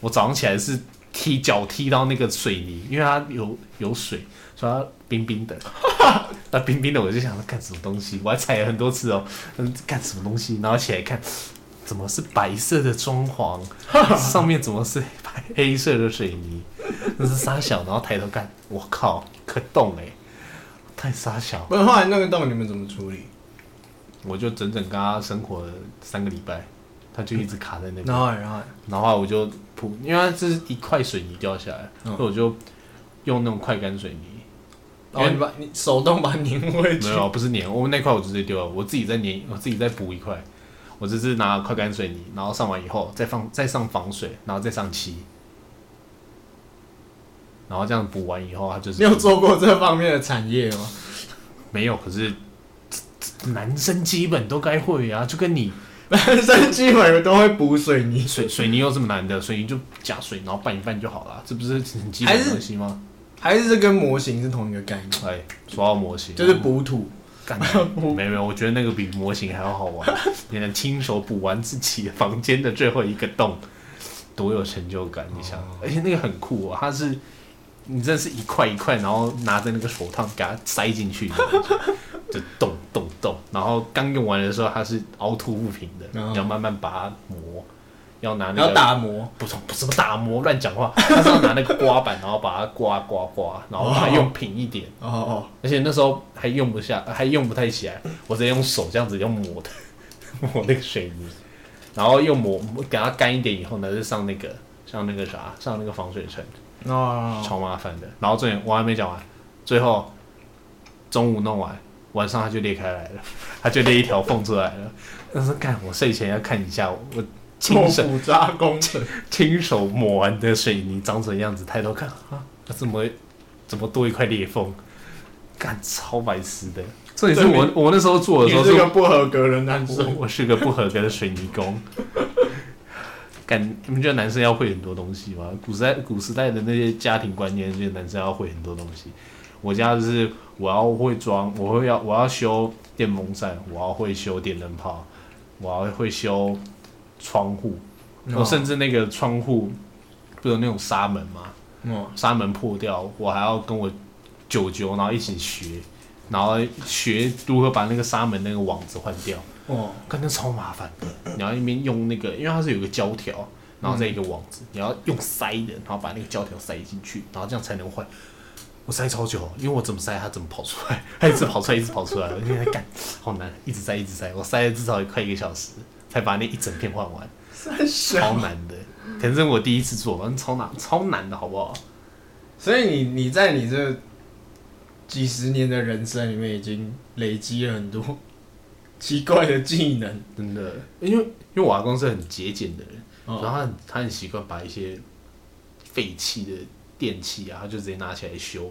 我早上起来是踢脚踢到那个水泥，因为它有有水，所以它冰冰的。 那冰冰的，我就想说干什么东西？我还踩了很多次哦，嗯，干什么东西？然后起来看，怎么是白色的装潢，上面怎么是白黑色的水泥？那是沙小，然后抬头看，我靠，可动哎、太沙小，
不然后来那个洞你们怎么处理？
我就整整跟他生活了三个礼拜，他就一直卡在那边。
然后来然后来
然后我就铺，因为它是一块水泥掉下来，
嗯
所以我就用那种快干水泥，
然后你把你手动把它粘回去
没，有，不是粘，我那块我直接丢了，我自己再粘，我自己再补一块，我只是拿快干水泥，然后上完以后再放再上防水，然后再上漆，然后这样补完以后，它就是
你有做过这方面的产业吗？
没有？可是男生基本都该会啊，就跟你
生基本都会补水泥，
水水泥有这么难的，水泥就加水，然后拌一拌就好了，这不是很基
还
本
是
的东西吗？
还是这跟模型是同一个概念，
哎，说到模型，
就是补土。
干没有没有，我觉得那个比模型还要好玩。你能亲手补完自己房间的最后一个洞，多有成就感！你想，而且那个很酷、哦，它是你真的是一块一块，然后拿着那个手套给它塞进去，你知道吗就动动动。然后刚用完的时候，它是凹凸不平的，
哦
你要慢慢把它磨，要拿
然
那
后
个
打磨，
不是不是不打磨，乱讲话，它是要拿那个刮板，然后把它刮刮刮，然后把它用平一点。
哦哦，
而且那时候还用不下，还用不太起来，我直接用手这样子用抹的， 抹那个水泥，然后又抹给它干一点以后呢，就上那个上那个啥，上那个防水层，
哦哦，
超麻烦的。然后重点我还没讲完，最后中午弄完，晚上它就裂开来了， 它就裂一条缝出来了。但是干，我睡前要看一下我我亲
做
手
古渣工程，
亲手抹完的水泥长什么样子，抬头看啊，它怎么怎么多一块裂缝？干超白痴的。重点是我我那时候做的
你
时候
是
是
个不合格的男
我
生。
我是个不合格的水泥 工。感你们觉得男生要会很多东西吗？古时代古时代的那些家庭观念，就是男生要会很多东西。我家就是我要会装，我会要我要修电风扇，我要会修电灯泡，我要会修窗户，
哦
我哦甚至那个窗户不是有那种纱门吗？
哦，
纱门破掉，我还要跟我舅舅，然后一起学，然后学如何把那个纱门那个网子换掉，
哦，
感觉超麻烦的。你要一边用那个，因为它是有个胶条，然后再一个网子，你要用塞的，然后把那个胶条塞进去，然后这样才能换。我塞超久，因为我怎么塞它怎么跑出来， 它一直跑出来，一直跑出来，我现在干好难，一直塞一直塞，我塞了至少也快一个小时，才把那一整片换完。
三小
超。难的，可能是我第一次做，反正超难超难的好不好？
所以你你在你这几十年的人生里面，已经累积了很多奇怪的技能。
真的，因为因为我阿公是很节俭的人，然后
哦，
他很他很习惯把一些废弃的电器啊，他就直接拿起来修，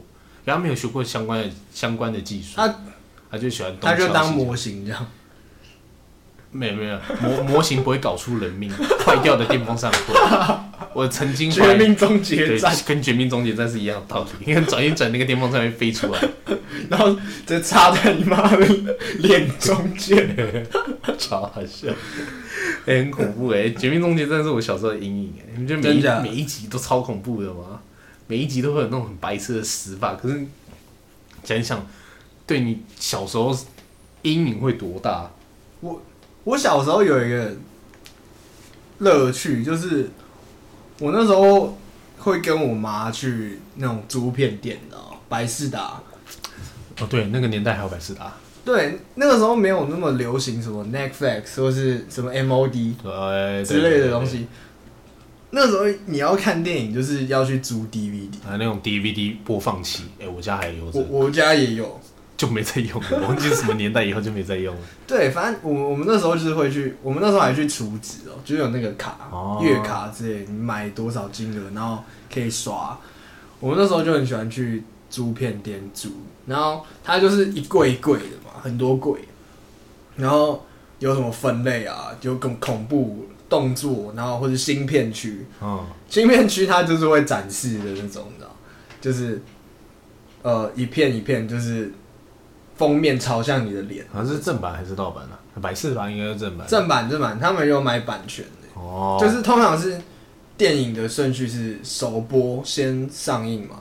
然后他没有学过相关的相关的技术，
他
他就喜欢东
啊他就
挑
当
西
模型这样。
没有没有模模型不会搞出人命， 坏掉的电风扇不会。我曾经
绝
怀疑
命终
对
结战，
跟绝命终结战是一样的道理，你看转一转那个电风扇会飞出来，
然后直接插在你妈的脸中 间。
超好笑， 欸、很恐怖哎、欸！《绝命终结战》是我小时候的阴影哎、你们觉得每
真假
一每一集都超恐怖的吗？每一集都会有那种很白痴的死法，可是想一想，对你小时候阴影会多大？
我小时候有一个乐趣，就是我那时候会跟我妈去那种租片店，你知道吗百事达。
哦，对，那个年代还有百事达，
对，那个时候没有那么流行什么 Netflix 或是什么 MOD
呃
之类的东，西。那时候你要看电影，就是要去租 DVD。
还有那种 DVD 播放器，哎、我家还留
我
着，
我家也有，
就没 再用了，忘记是什么年代以后就没再用了。
对，反正我我们那时候就是会去，我们那时候还去储值哦，就是有那个卡
哦，
月卡之类，你买多少金额，然后可以刷。我们那时候就很喜欢去租片店租，然后它就是一柜一柜的嘛，很多柜，然后有什么分类啊，有恐恐怖动作，然后或者新片区，
嗯，
新片区它就是会展示的那种，你知道，就是呃一片一片，就是封面朝向你的脸。
好像是正版还是盗版啊？百事吧，应该是正版。
正版正版，他们有买版权的，
哦，
就是通常是电影的顺序是首播先上映嘛，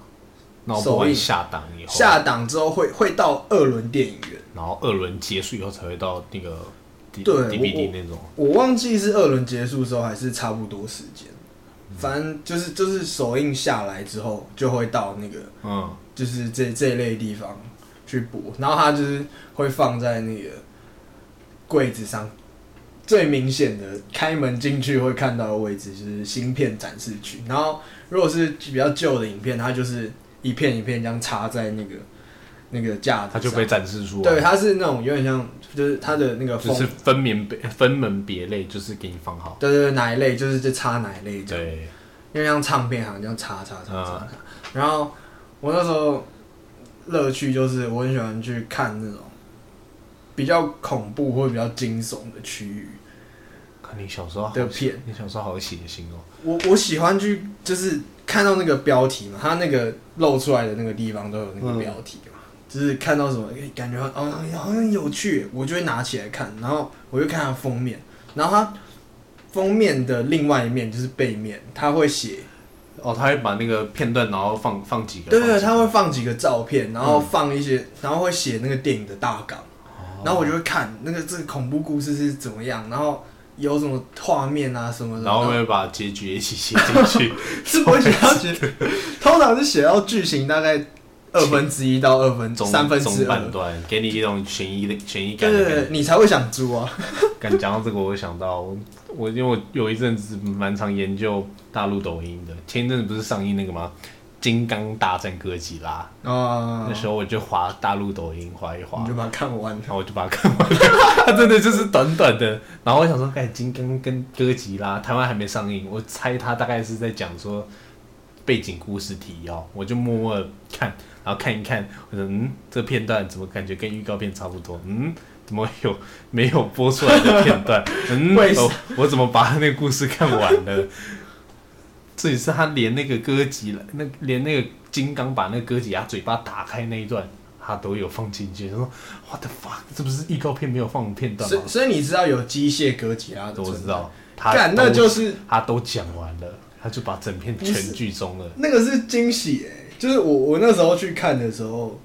那我不
首
完
映
下档以后，
下档之后会会到二轮电影院，
然后二轮结束以后才会到那个 D
对我
DVD 那种。
我忘记是二轮结束之后还是差不多时间，反正就是就是首映下来之后就会到那个
嗯，
就是这这一类地方去播，然后它就是会放在那个柜子上。最明显的开门进去会看到的位置就是芯片展示区，然后如果是比较旧的影片，它就是一片一片这样插在那个那个架子上，
它就被展示出来。
对，它是那种有点像就是它的那个
就
封，
是分门别分门别类，就是给你放好。
对对对哪一类就是就插哪一类这样，
对，
因为像唱片行这样插插插插
嗯。
然后我那时候乐趣就是我很喜欢去看那种比较恐怖或比较惊悚的区域
看你小时候好
的片。
你小时候好血腥哦。
我我喜欢去就是看到那个标题嘛，它那个露出来的那个地方都有那个标题嘛，就是看到什么诶感觉哦好像有趣，我就会拿起来看，然后我就看它封面，然后它封面的另外一面就是背面，它会写
哦，他会把那个片段，然后放放几个。
对对，
放几个嗯
他会放几个照片，然后放一些，然后会写那个电影的大纲，
哦
然后我就会看那个这个恐怖故事是怎么样，然后有什么画面啊什么的，
然后会把结局一起写进 去。
是不会写到结，通常是写到剧情大概二分之一到二分
中
三分之
中
二
半，段，给你一种悬疑的悬疑
对
感的
对
感
对
觉，。
你才会想租啊，
敢讲到这个，我想到我我因为我有一阵子蛮常研究大陆抖音的，前一阵子不是上映那个吗？《金刚大战哥吉拉》，
啊
那，时候我就滑大陆抖音滑一滑
你就，把它看完了
然，后我就把它 看完了，它真的就是短短的。然后我想说，哎，金刚跟哥吉拉，台湾还没上映，我猜它大概是在讲说背景故事提要，我就默默地看，然后看一看，我说嗯，这片段怎么感觉跟预告片差不多？嗯。怎么有没有播出来的片段？嗯，
为什
我我怎么把那个故事看完了？这也是他连那个哥吉拉，那连那个金刚把那个哥吉拉嘴巴打开那一段，他都有放进去。他说：“What the fuck？这不是预告片没有放的片段吗
所以所以你知道有机械啊哥吉拉？”的
我
存
知
在，
道，他
干
都
那就是
他都讲完了，他就把整片全剧 终了。
那个是惊喜哎、就是我我那时候去看的时候，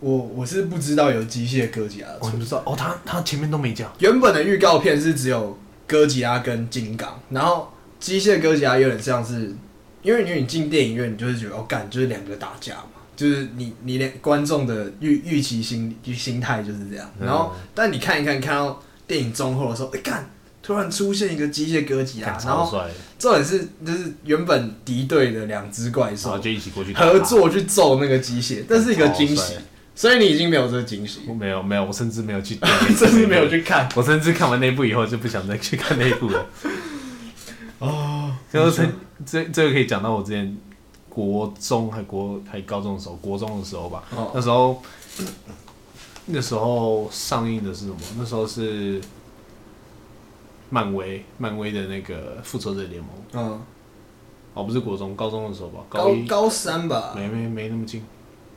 我我是不知道有机械哥吉拉的
我
存
不知道哦，他他前面都没讲，
原本的预告片是只有哥吉拉跟金刚，然后机械哥吉拉有点像是，因为因为你进电影院，你就是觉得哦，感就是两个打架嘛，就是你你连观众的预预期心心态就是这样。
嗯
然后，但你看一看，看到电影中后的时候，哎、干，突然出现一个机械哥吉拉
干，
然
超
后
帅的，
重点是就是原本敌对的两只怪
然后
兽
就一起过去打他
合。作去揍那个机械，这是一个惊
超
喜
帅，
所以你已经没有这个惊 喜，，
我没有没有，我甚至没有去
甚至没有去看。
我甚至看完那部以后就不想再去看那一部了。
哦，
就是这这个可以讲到我之前国中还国还高中的时候，国中的时候吧，
哦
那时候那时候上映的是什么？那时候是漫威漫威的那个复仇者联盟
嗯，
哦，不是国中，高中的时候吧，
高
一
高三吧，
没没没那么近，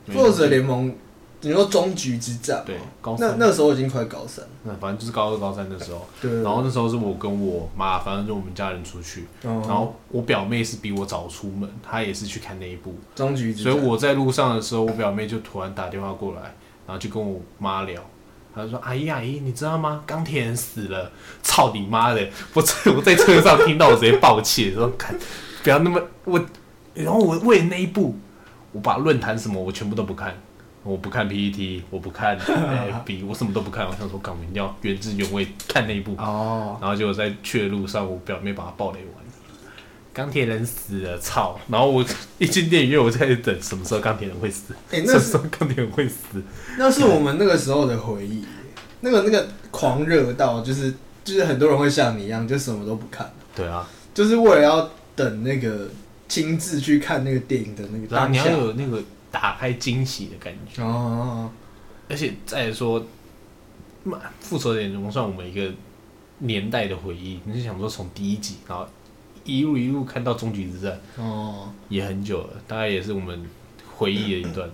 没那么
复仇者
近
联盟，你说终局之战吗，
对高
那
三
那时候已经快高三了，
那反正就是高二高三的时候，
对
然后那时候是我跟我妈，反正就我们家人出去，
然
然后我表妹是比我早出门，她也是去看那一部，
终局之
所
战，
以我在路上的时候，我表妹就突然打电话过来，然后就跟我妈聊，她就说：“阿姨阿姨，你知道吗？钢铁人死了！ 操你妈的！我在 我在车上听到，我直接爆气，说看，不要那么我。然后我为了那一部，我把论坛什么我全部都不看，我不看 PPT，我不看 FB，我什么都不看。我想说，港我一定要原汁原味看那一部。
哦，
然后结果在去的路上，我表妹把她暴雷完。钢铁人死了，操！然后我 一进电影院，我就在等什么时候钢铁人会死，
哎
什
那
么
是
时候钢铁人会死。
那是我们那个时候的回忆，那个那个狂热到就是就是很多人会像你一样，就什么都不看，
对啊，
就是为了要等那个亲自去看那个电影的那个
然后
当
你
下
要。有那个打开惊喜的感觉，
哦哦，
而且再来说，妈，复仇者联盟算我们一个年代的回忆。你是想说从第一集，然后一路一路看到终局之战，
哦哦，
也很久了，大概也是我们回忆的一段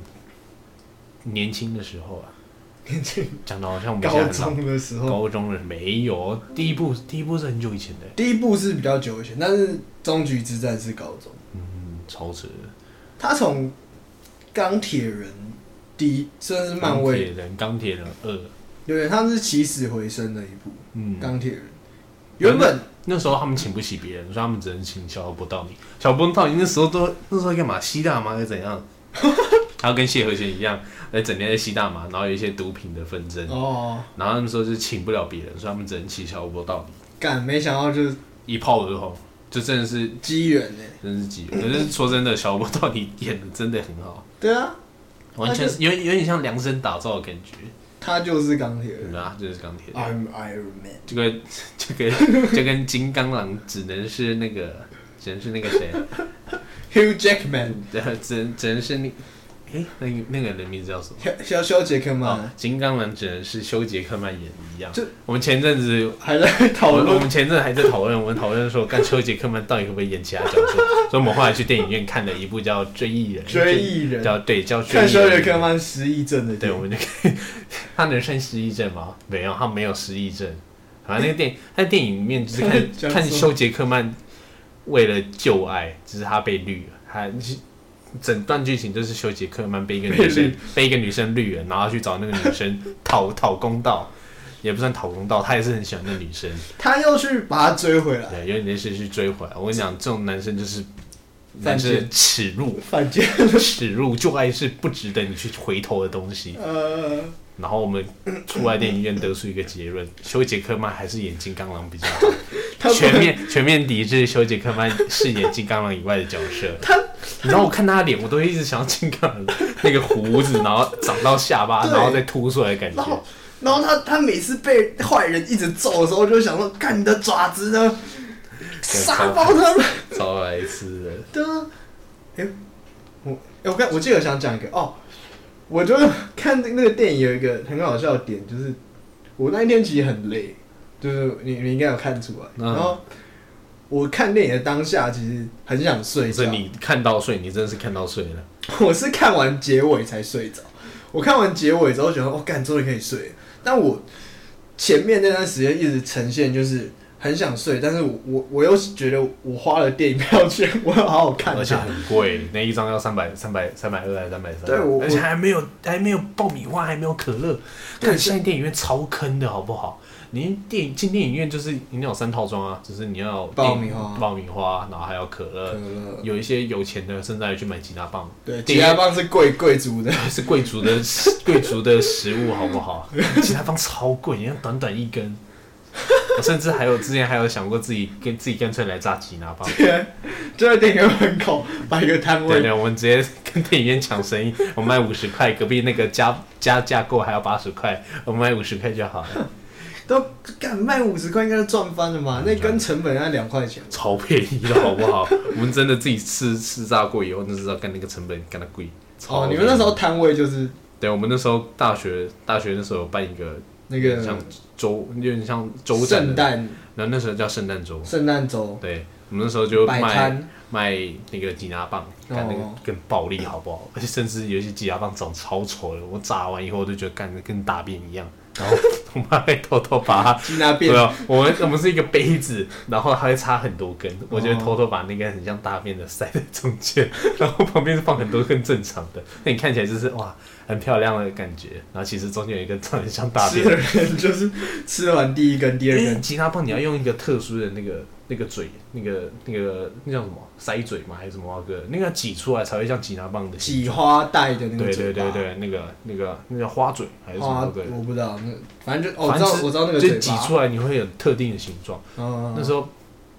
年轻的时候啊。
年轻
讲的好像我们现
高
在很
中的时
老，
候，
高中了没有？第一部第一部是很久以前的，
第一部是比较久以前，但是终局之战是高中。
嗯，超扯的。
他从钢铁人第一，算是漫
钢
威
铁人，钢铁人二，
对，他们是起死回生的一部
嗯，
钢铁人。原本
那时候他们请不起别人，所以他们只能请小不到你。小不到你那时候都那时候在干嘛？吸大麻还是怎 样？他要跟谢和弦一样，来整天在吸大麻，然后有一些毒品的纷争，
哦，
然后那时候就请不了别人，所以他们只能请小不到
干没想到就是
你，一炮而红，就真的是
机缘欸呢。
真是几。可是说真的，小不到你演的真的很好，
对啊，
完全是有有点像量身打造的感觉，
他就是钢铁
对
人
吧？就是钢铁人。
，I'm Iron Man。
这个 这个就跟金刚狼只能是那个，只能是那个谁，啊
Hugh Jackman，
呃只能只能是那，诶，那个那个人名字叫什么？
肖肖肖杰克
哦
曼，
金刚狼只能是修杰克曼演的一样
这。
我们前阵子
还在讨
哦我我
论
们前阵子还在讨论，我们讨论说，干修杰克曼到底会不会演其他角色？所以我们后来去电影院看了一部叫《追忆人》，
追忆人，
叫对叫《追
看
忆
肖杰
人》。
克曼失忆症的
对，
电
我
影。
们就可以。他能算失忆症吗？没有，他没有失忆症。反正那个电影，他电影里面就是
讲
看看
什么
修杰克曼为了救爱，只是他被绿了，他整段剧情就是修杰克曼被一个
被
女
绿
生被一个女生绿了，然后去找那个女生 讨讨公道，也不算讨公道，他也是很喜欢那女生，
他又去把他追回来，
对，有点类似去追回来。我跟你讲，这种男生就是
犯
男生的
贱
耻辱，
反 间。
耻辱，旧爱是不值得你去回头的东西。
呃，
然后我们出来电影院得出一个结 论：修杰克曼还是演金刚狼比较好，
他
全面全面抵制修杰克曼饰演金刚狼以外的角色。
他
你知道我看他的脸，我都会一直想到金刚狼那个胡子，然后长到下巴，
对
然后再凸出来的感
然后
觉。，
然后他他每次被坏人一直揍的时候，就想说：“干你的爪子呢，杀爆他们
招来吃的！”
对啊，哎、我哎我刚我记得我想讲一个哦，我就看那个电影有一个很好笑的点，就是我那一天其实很累，就是你你应该有看出来，
嗯
然后我看电影的当下其实很想睡
所
觉
以，你看到睡，你真的是看到睡了。
我是看完结尾才睡着。我看完结尾之后，觉得哦，干，终于可以睡了。但我前面那段时间一直呈现就是很想睡，但是我我我又觉得我花了电影票钱，我要好好看
而且
它。
很贵，那一张要三百、三百、三百二还是三百三？
对我
而且还没有还没有爆米花，还没有可乐。
对
看现在电影院超坑的好不好？你电影进电影院就是你有三套装啊，就是你要有
爆米
电影
花
爆米花，然后还有可
可
乐。
乐，
有一些有钱的甚至还去买吉拿棒，
对，
电
吉
影
他棒是贵贵族的，
是贵族的贵族的食 物好不好？ 吉拿棒超贵，你看短短一根。 我甚至还有之前还有想过自己跟自己干脆来炸吉拿棒。
对，就在电影院门口摆一个摊
对
位，
对，我们直接跟电影院抢生意， 我卖五十块，隔壁那个加加价购还要八十块，我卖五十块就好 了，
都干卖五十块应该是赚翻了嘛，那跟成本要两块钱。
超便宜的好不好？我们真的自己吃吃炸过以后，就知道干那个成本干的贵。超
哦，你
便宜
们那时候摊位就是
对，我们那时候大学大学那时候有办一个
那
有点像
个
周，有点像周展
圣
的，
诞
然后那时候叫圣诞周。
圣诞周
对，我们那时候就
摆
卖
摊，
卖那个吉拿棒，干那个
哦
更暴力好不好？ 而且甚至有一些吉拿棒长超丑的，我炸完以后我就觉得干的跟大便一样，然后我妈会偷偷把它。
吉拿
对
变
啊，我们我们是一个杯子，然后它会插很多
哦
根，我就会偷偷把那根很像大便的塞在中间， 然后旁边是放很多根正常的，那你看起来就是哇很漂亮的感觉，然后其实中间有一根长得像大
吃
便
的，人就是吃完第一根、第二
因为
根，
吉他棒你要用一个特殊的那个那个嘴，那个那个那叫什么塞嘴吗？还是什么哥？那个要挤出来才会像吉他棒的形
挤花带的那个
对
嘴
对
巴
对对，那个那个那叫花嘴还是什
花
么鬼？
我不知道，那反正就哦，我
反
知道
正
我知道那个
就
嘴
挤
巴，
出来你会有特定的形状。
嗯，
那时候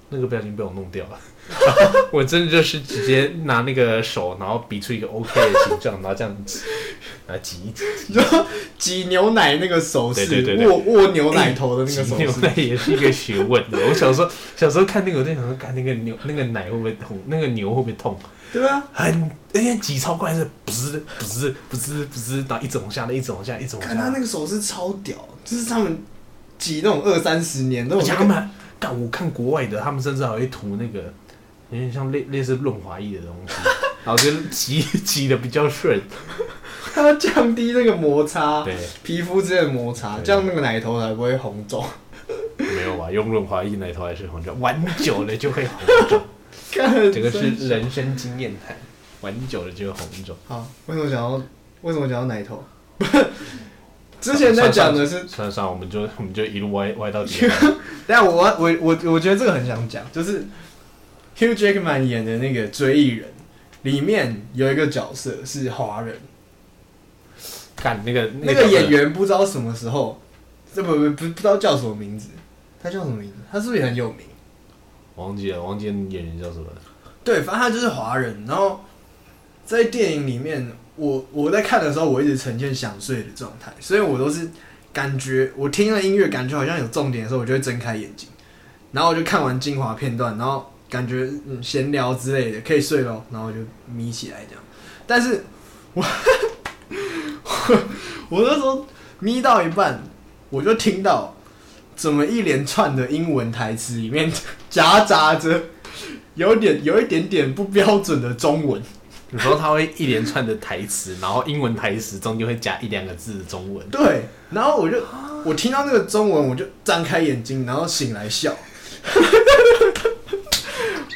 那个不小心被我弄掉了。 我真的就是直接拿那个手，然后比出一个 OK 的形状，然后这样挤，来挤一挤。
你说挤牛奶那个手势，
对对对对
握握牛奶头的那个手
牛
势，
奶也是一个学问的。我小时候小时候看那个，我在想说，看那个牛那个奶会不会痛，那个牛会不会痛？
对啊，
很，而且挤超快是不是不是不是不是，然后一直往下，一直往下，一直往
看他
下
那。个手势超屌，就是他们挤那种二三十年都有
而且
那
他
个，
们干，我看国外的，他们甚至还会涂那个有点像类类似润滑液的东 西，然后就挤挤的比较顺。
他要降低那个摩擦，
对，
皮肤之间的摩擦，
对
这样那个奶头才不会红肿。
没有吧？用润滑液奶头还是红肿，玩久了就会红 肿。
看，
这个是
真是
人生经验谈，玩久了就会红肿。
好，为什么想要为什么想要奶头？ 之前在讲的是，
算了算了，我们就 我们就一路歪歪到底。
等一下我我我我觉得这个很想讲，就是 Hugh Jackman 演的那个《追忆人》里面有一个角色是华人，
看那个
那个演，员不知道什么时候，这不不不不知道叫什么名字，他叫什么名字？他是不是也很有名？
我忘记了，我忘记演员叫什么了。
对，反正他就是华人。然后在电影里面，我我在看的时候，我一直呈现想睡的状态，所以我都是感觉我听了音乐，感觉好像有重点的时候，我就会睁开眼睛，然后我就看完精华片段，然后感觉嗯闲聊之类的可以睡咯，然后我就眯起来这样。但是我我我那时候眯到一半，我就听到怎么一连串的英文台词里面 夹杂着。有点有一点点不标准的中文，
有时候他会一连串的台词，然后英文台词中间会加一两个字的中文。
对，然后我就我听到那个中文，我就张开眼睛，然后醒来笑。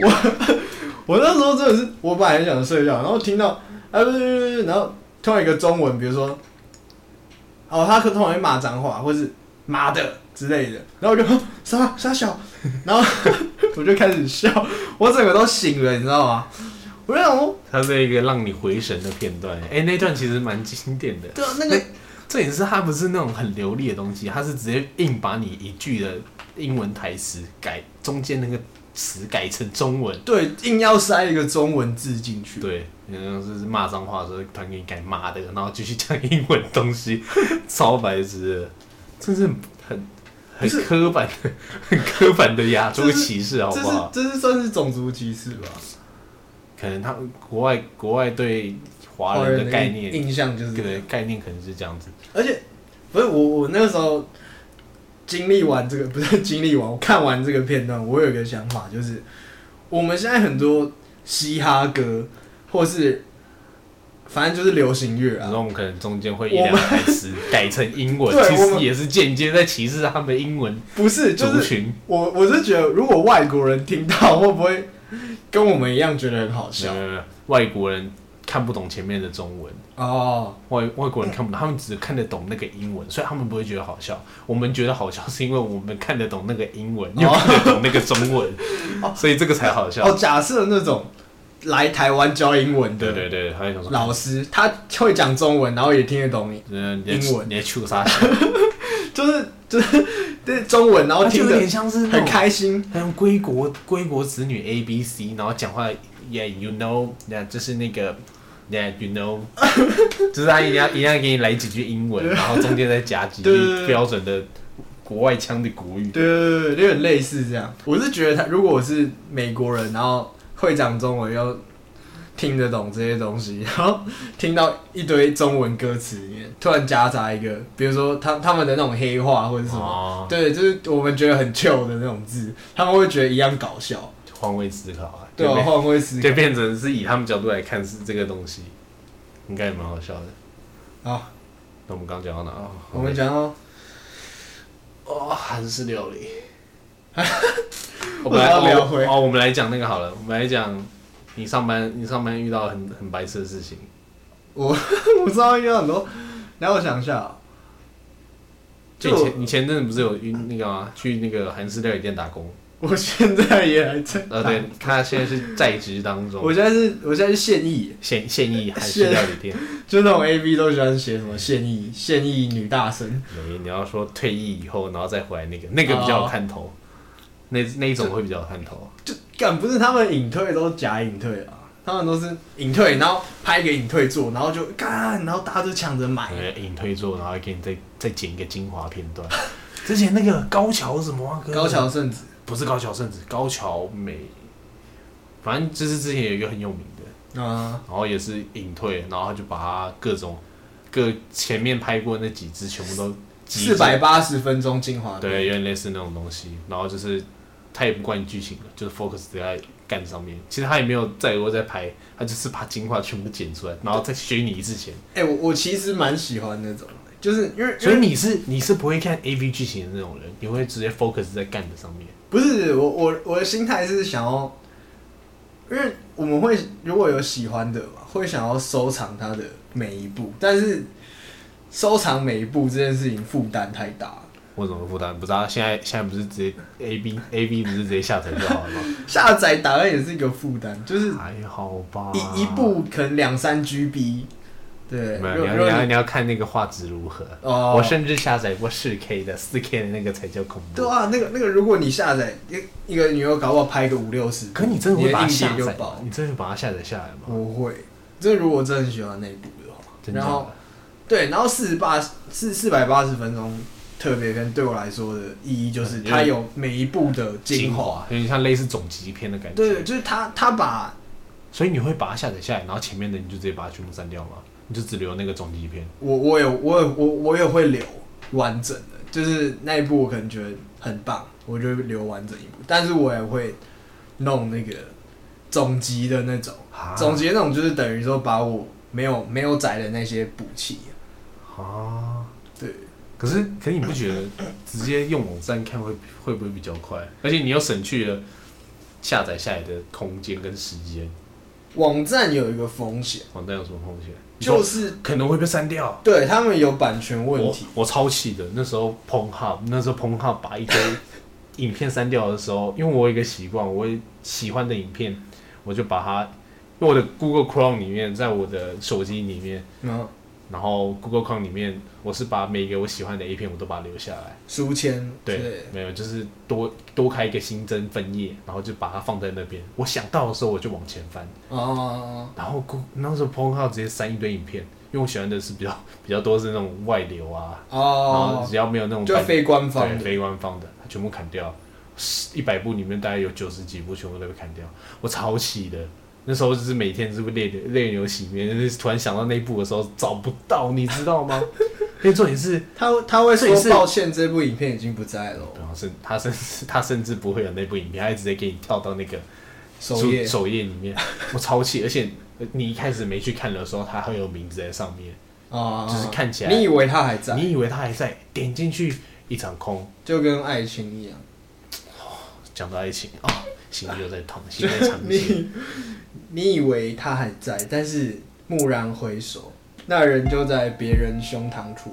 我我那时候真的是，我本来很想睡觉，然后听到啊不是不是不是，然后突然一个中文，比如说，哦，他可突然会骂脏话，或是妈的之类的，然后我就哼傻傻小，然后 我就开始笑，我整个都醒了，你知道吗？我就想说，
它是一个让你回神的片段，哎、那段其实蛮经典的。
对啊，那个
重点是它不是那种很流利的东西，它是直接硬把你一句的英文台词改中间那个词改成中文。
对，硬要塞一个中文字进去。
对，然后就是骂脏话的时候，突然给你改骂的，然后继续讲英文东西， 超白痴的，真是很
不
很
是
刻板的、很刻板的亚洲
这是
歧视，好
这
不
是
好？
这是算是种族歧视吧？
可能他们国外国外对华
华
人
人
的
的
概
印
念，
印象就是这
对
个，
概念可能是这样子。
而且不是我我那个时候经历完这个，不是经历完，我看完这个片段，我有一个想法，就是我们现在很多嘻哈歌，或是反正就是流行乐
然
啊，
后我们可能中间会一
我
两
们
个台词改成英文，
对
其
我
实
们
也是间接在歧视他们英文
不是就
族
是
群。
我我是觉得，如果外国人听到，会不会跟我们一样觉得很好
没有
笑
没？有没有，外国人看不懂前面的中文。
哦，
外外国人看不懂，他们只看得懂那个英文，所以他们不会觉得好笑。我们觉得好笑，是因为我们看得懂那个英文，又看得懂那个中文，所以这个才好笑。
哦，假设那种来台湾教英文的
对对对，还有一种说，
老师，他会讲中文，然后也听得懂你，
嗯，你在
英文
你在出啥？
就是就是 对中文，然后
他就
哦听
有
得
点像是那
很
种，
开心。
像归国归国子女 A B C，然后讲话，Yeah you know，那就是那个。Yeah, you know，就是他一定要一定要给你来几句 英文，然后中间再夹几
对对
句
对
标准的国外腔的国语。
对对对，对有点类似这样。我是觉得他，如果我是美国人，然后会讲中文，又听得懂这些东西，然后听到一堆中文歌词里面突然夹杂一个，比如说他他们的那种黑话或者是什么，
哦，
对，就是我们觉得很 chill 的那种字，他们会觉得一样搞笑，
换位思考啊，
对吧、
没
啊？换位思考
就变成是以他们角度来看是这个东西，应该也蛮好笑的。
好，
那我们刚刚讲到哦哪？
我们讲到
哦，韩式料 理。
我
我
们
们来
要聊回
哦，我们来讲那个好了，我们来讲你上班，你上班遇到很很白痴的事情。
我知道遇到很多，然后我想一下啊，
就
就
你前你前阵子不是有晕那个吗？去那个韩式料理店打工？
我现在也还在
呃，对，他现在是在职当中
我，现在是，我现在是现役，
现现役韩式料理店。
就那种 A V 都喜欢写什么现役、现役女大生哦
你你要说退役以后，然后再回来那个，那个比较有看头。那那一种会比较有看头。
就干不是他们隐退都假隐退啊，他们都是隐退，然后拍一个隐退做，然后就干，然后大家都抢着买
可。能隐退做，然后给你再再剪一个精华片段。 之前那个高桥什么啊、跟
高桥圣子，
不是高桥圣子，高桥美，反正就是之前有一个很有名的，
啊，
然后也是隐退，然后他就把他各种各前面拍过那几支全部都
四
集结
百八十分钟精华
对，有点类似那种东西。然后就是他也不管你剧情了，就是 focus 在干上面。其实他也没有再过再拍，他就是把精华全部剪出来，然后再学你一次剪。
哎、我我其实蛮喜欢那种的，就是因为
所以
因为
你是你是不会看 A V 剧情的那种人，你会直接 focus 在干的上面。
不是我我我的心态是想要，因为我们会如果有喜欢的嘛，会想要收藏它的每一步，但是收藏每一步这件事情负担太大了，
我怎么负担？不知道现在现在不是直接 A B A B 不是直接下载就好了 吗？
下载打开也是一个负担，就是
还哎好吧，
一一部可能两三 GB，对，
没
如
有，
果
你要
如果
你要
你
你要看那个画质如何。
哦
我甚至下载过四 K 的，四 K 的那个才叫恐怖。
对啊，那个那个，如果你下载一一个女友，搞不好拍个五六十，
可你真的
你
会把
的
它
硬
下
件就
载吗
爆？。
你真的把它下载下来吗？
我会，这如果真的很喜欢那一部的话，
真的
然
假
后
的？
对，然后四十八四四百八十分钟特别篇对我来说的意义就是
嗯因为
它有每一部的精华，
华，有点像类似总集篇的感觉。
对，就是它它把
所以你会把它下载下来，然后前面的你就直接把它全部删掉吗？你就只留那个总集篇？
我我有我有我我也会留完整的，就是那一部我可能觉得很棒，我就会留完整一部，但是我也会弄那个总集的那种，
啊
总集的那种就是等于说把我没有没有载的那些补齐，
啊。
对，
可是，可是你不觉得直接用网站看会会不会比较快？而且你又省去了下载下来的空间跟时间。
网站有一个风险，
网站有什么风险？
就
你
是
说可能会被删掉。
对他们有版权问
我
题，
我超气的，那时候 p o n h u b 那时候 p o n h u b 把一 堆影片删掉的时候，因为我有一个习惯，我喜欢的影片，我就把它，因为我的 Google Chrome 里面，在我的手机里面，
然后
然后 Google Chrome 里面，我是把每个我喜欢的 A 片我都把它留下来。
书签之类
对，没有，就是多多开一个新增分页，然后就把它放在那边。我想到的时候我就往前翻，
的哦，
然后 Google 那时候 p o n h u b 直接删一堆影片，因为我喜欢的是比较比较多是那种外流啊，然后
哦，
只要没有那种
就
版
非官方
对，
的，
非官方的，它全部砍掉，一百部里面大概有九十几部全部都被砍掉，我超气的。那时候就是每天是不是泪流泪流洗面，就是突然想到那一部的时候找不到，你知 道吗？因为重点是，
他他会
这也
说
是
抱歉，这部影片已经不在了哦，
然后啊甚他甚至他甚至不会有那部影片，他直接给你跳到那个
首页
首页里面，我超气。而且你一开始没去看的时候，它会有名字在上面，
啊，
就是看起来
你以为他还在，
你以为它还在，点进去一场空。
就跟爱情一样，
讲到爱情啊、哦，心又在痛，心 在长情。
你你以为他还在，但是蓦然回首，那人就在别人胸膛处。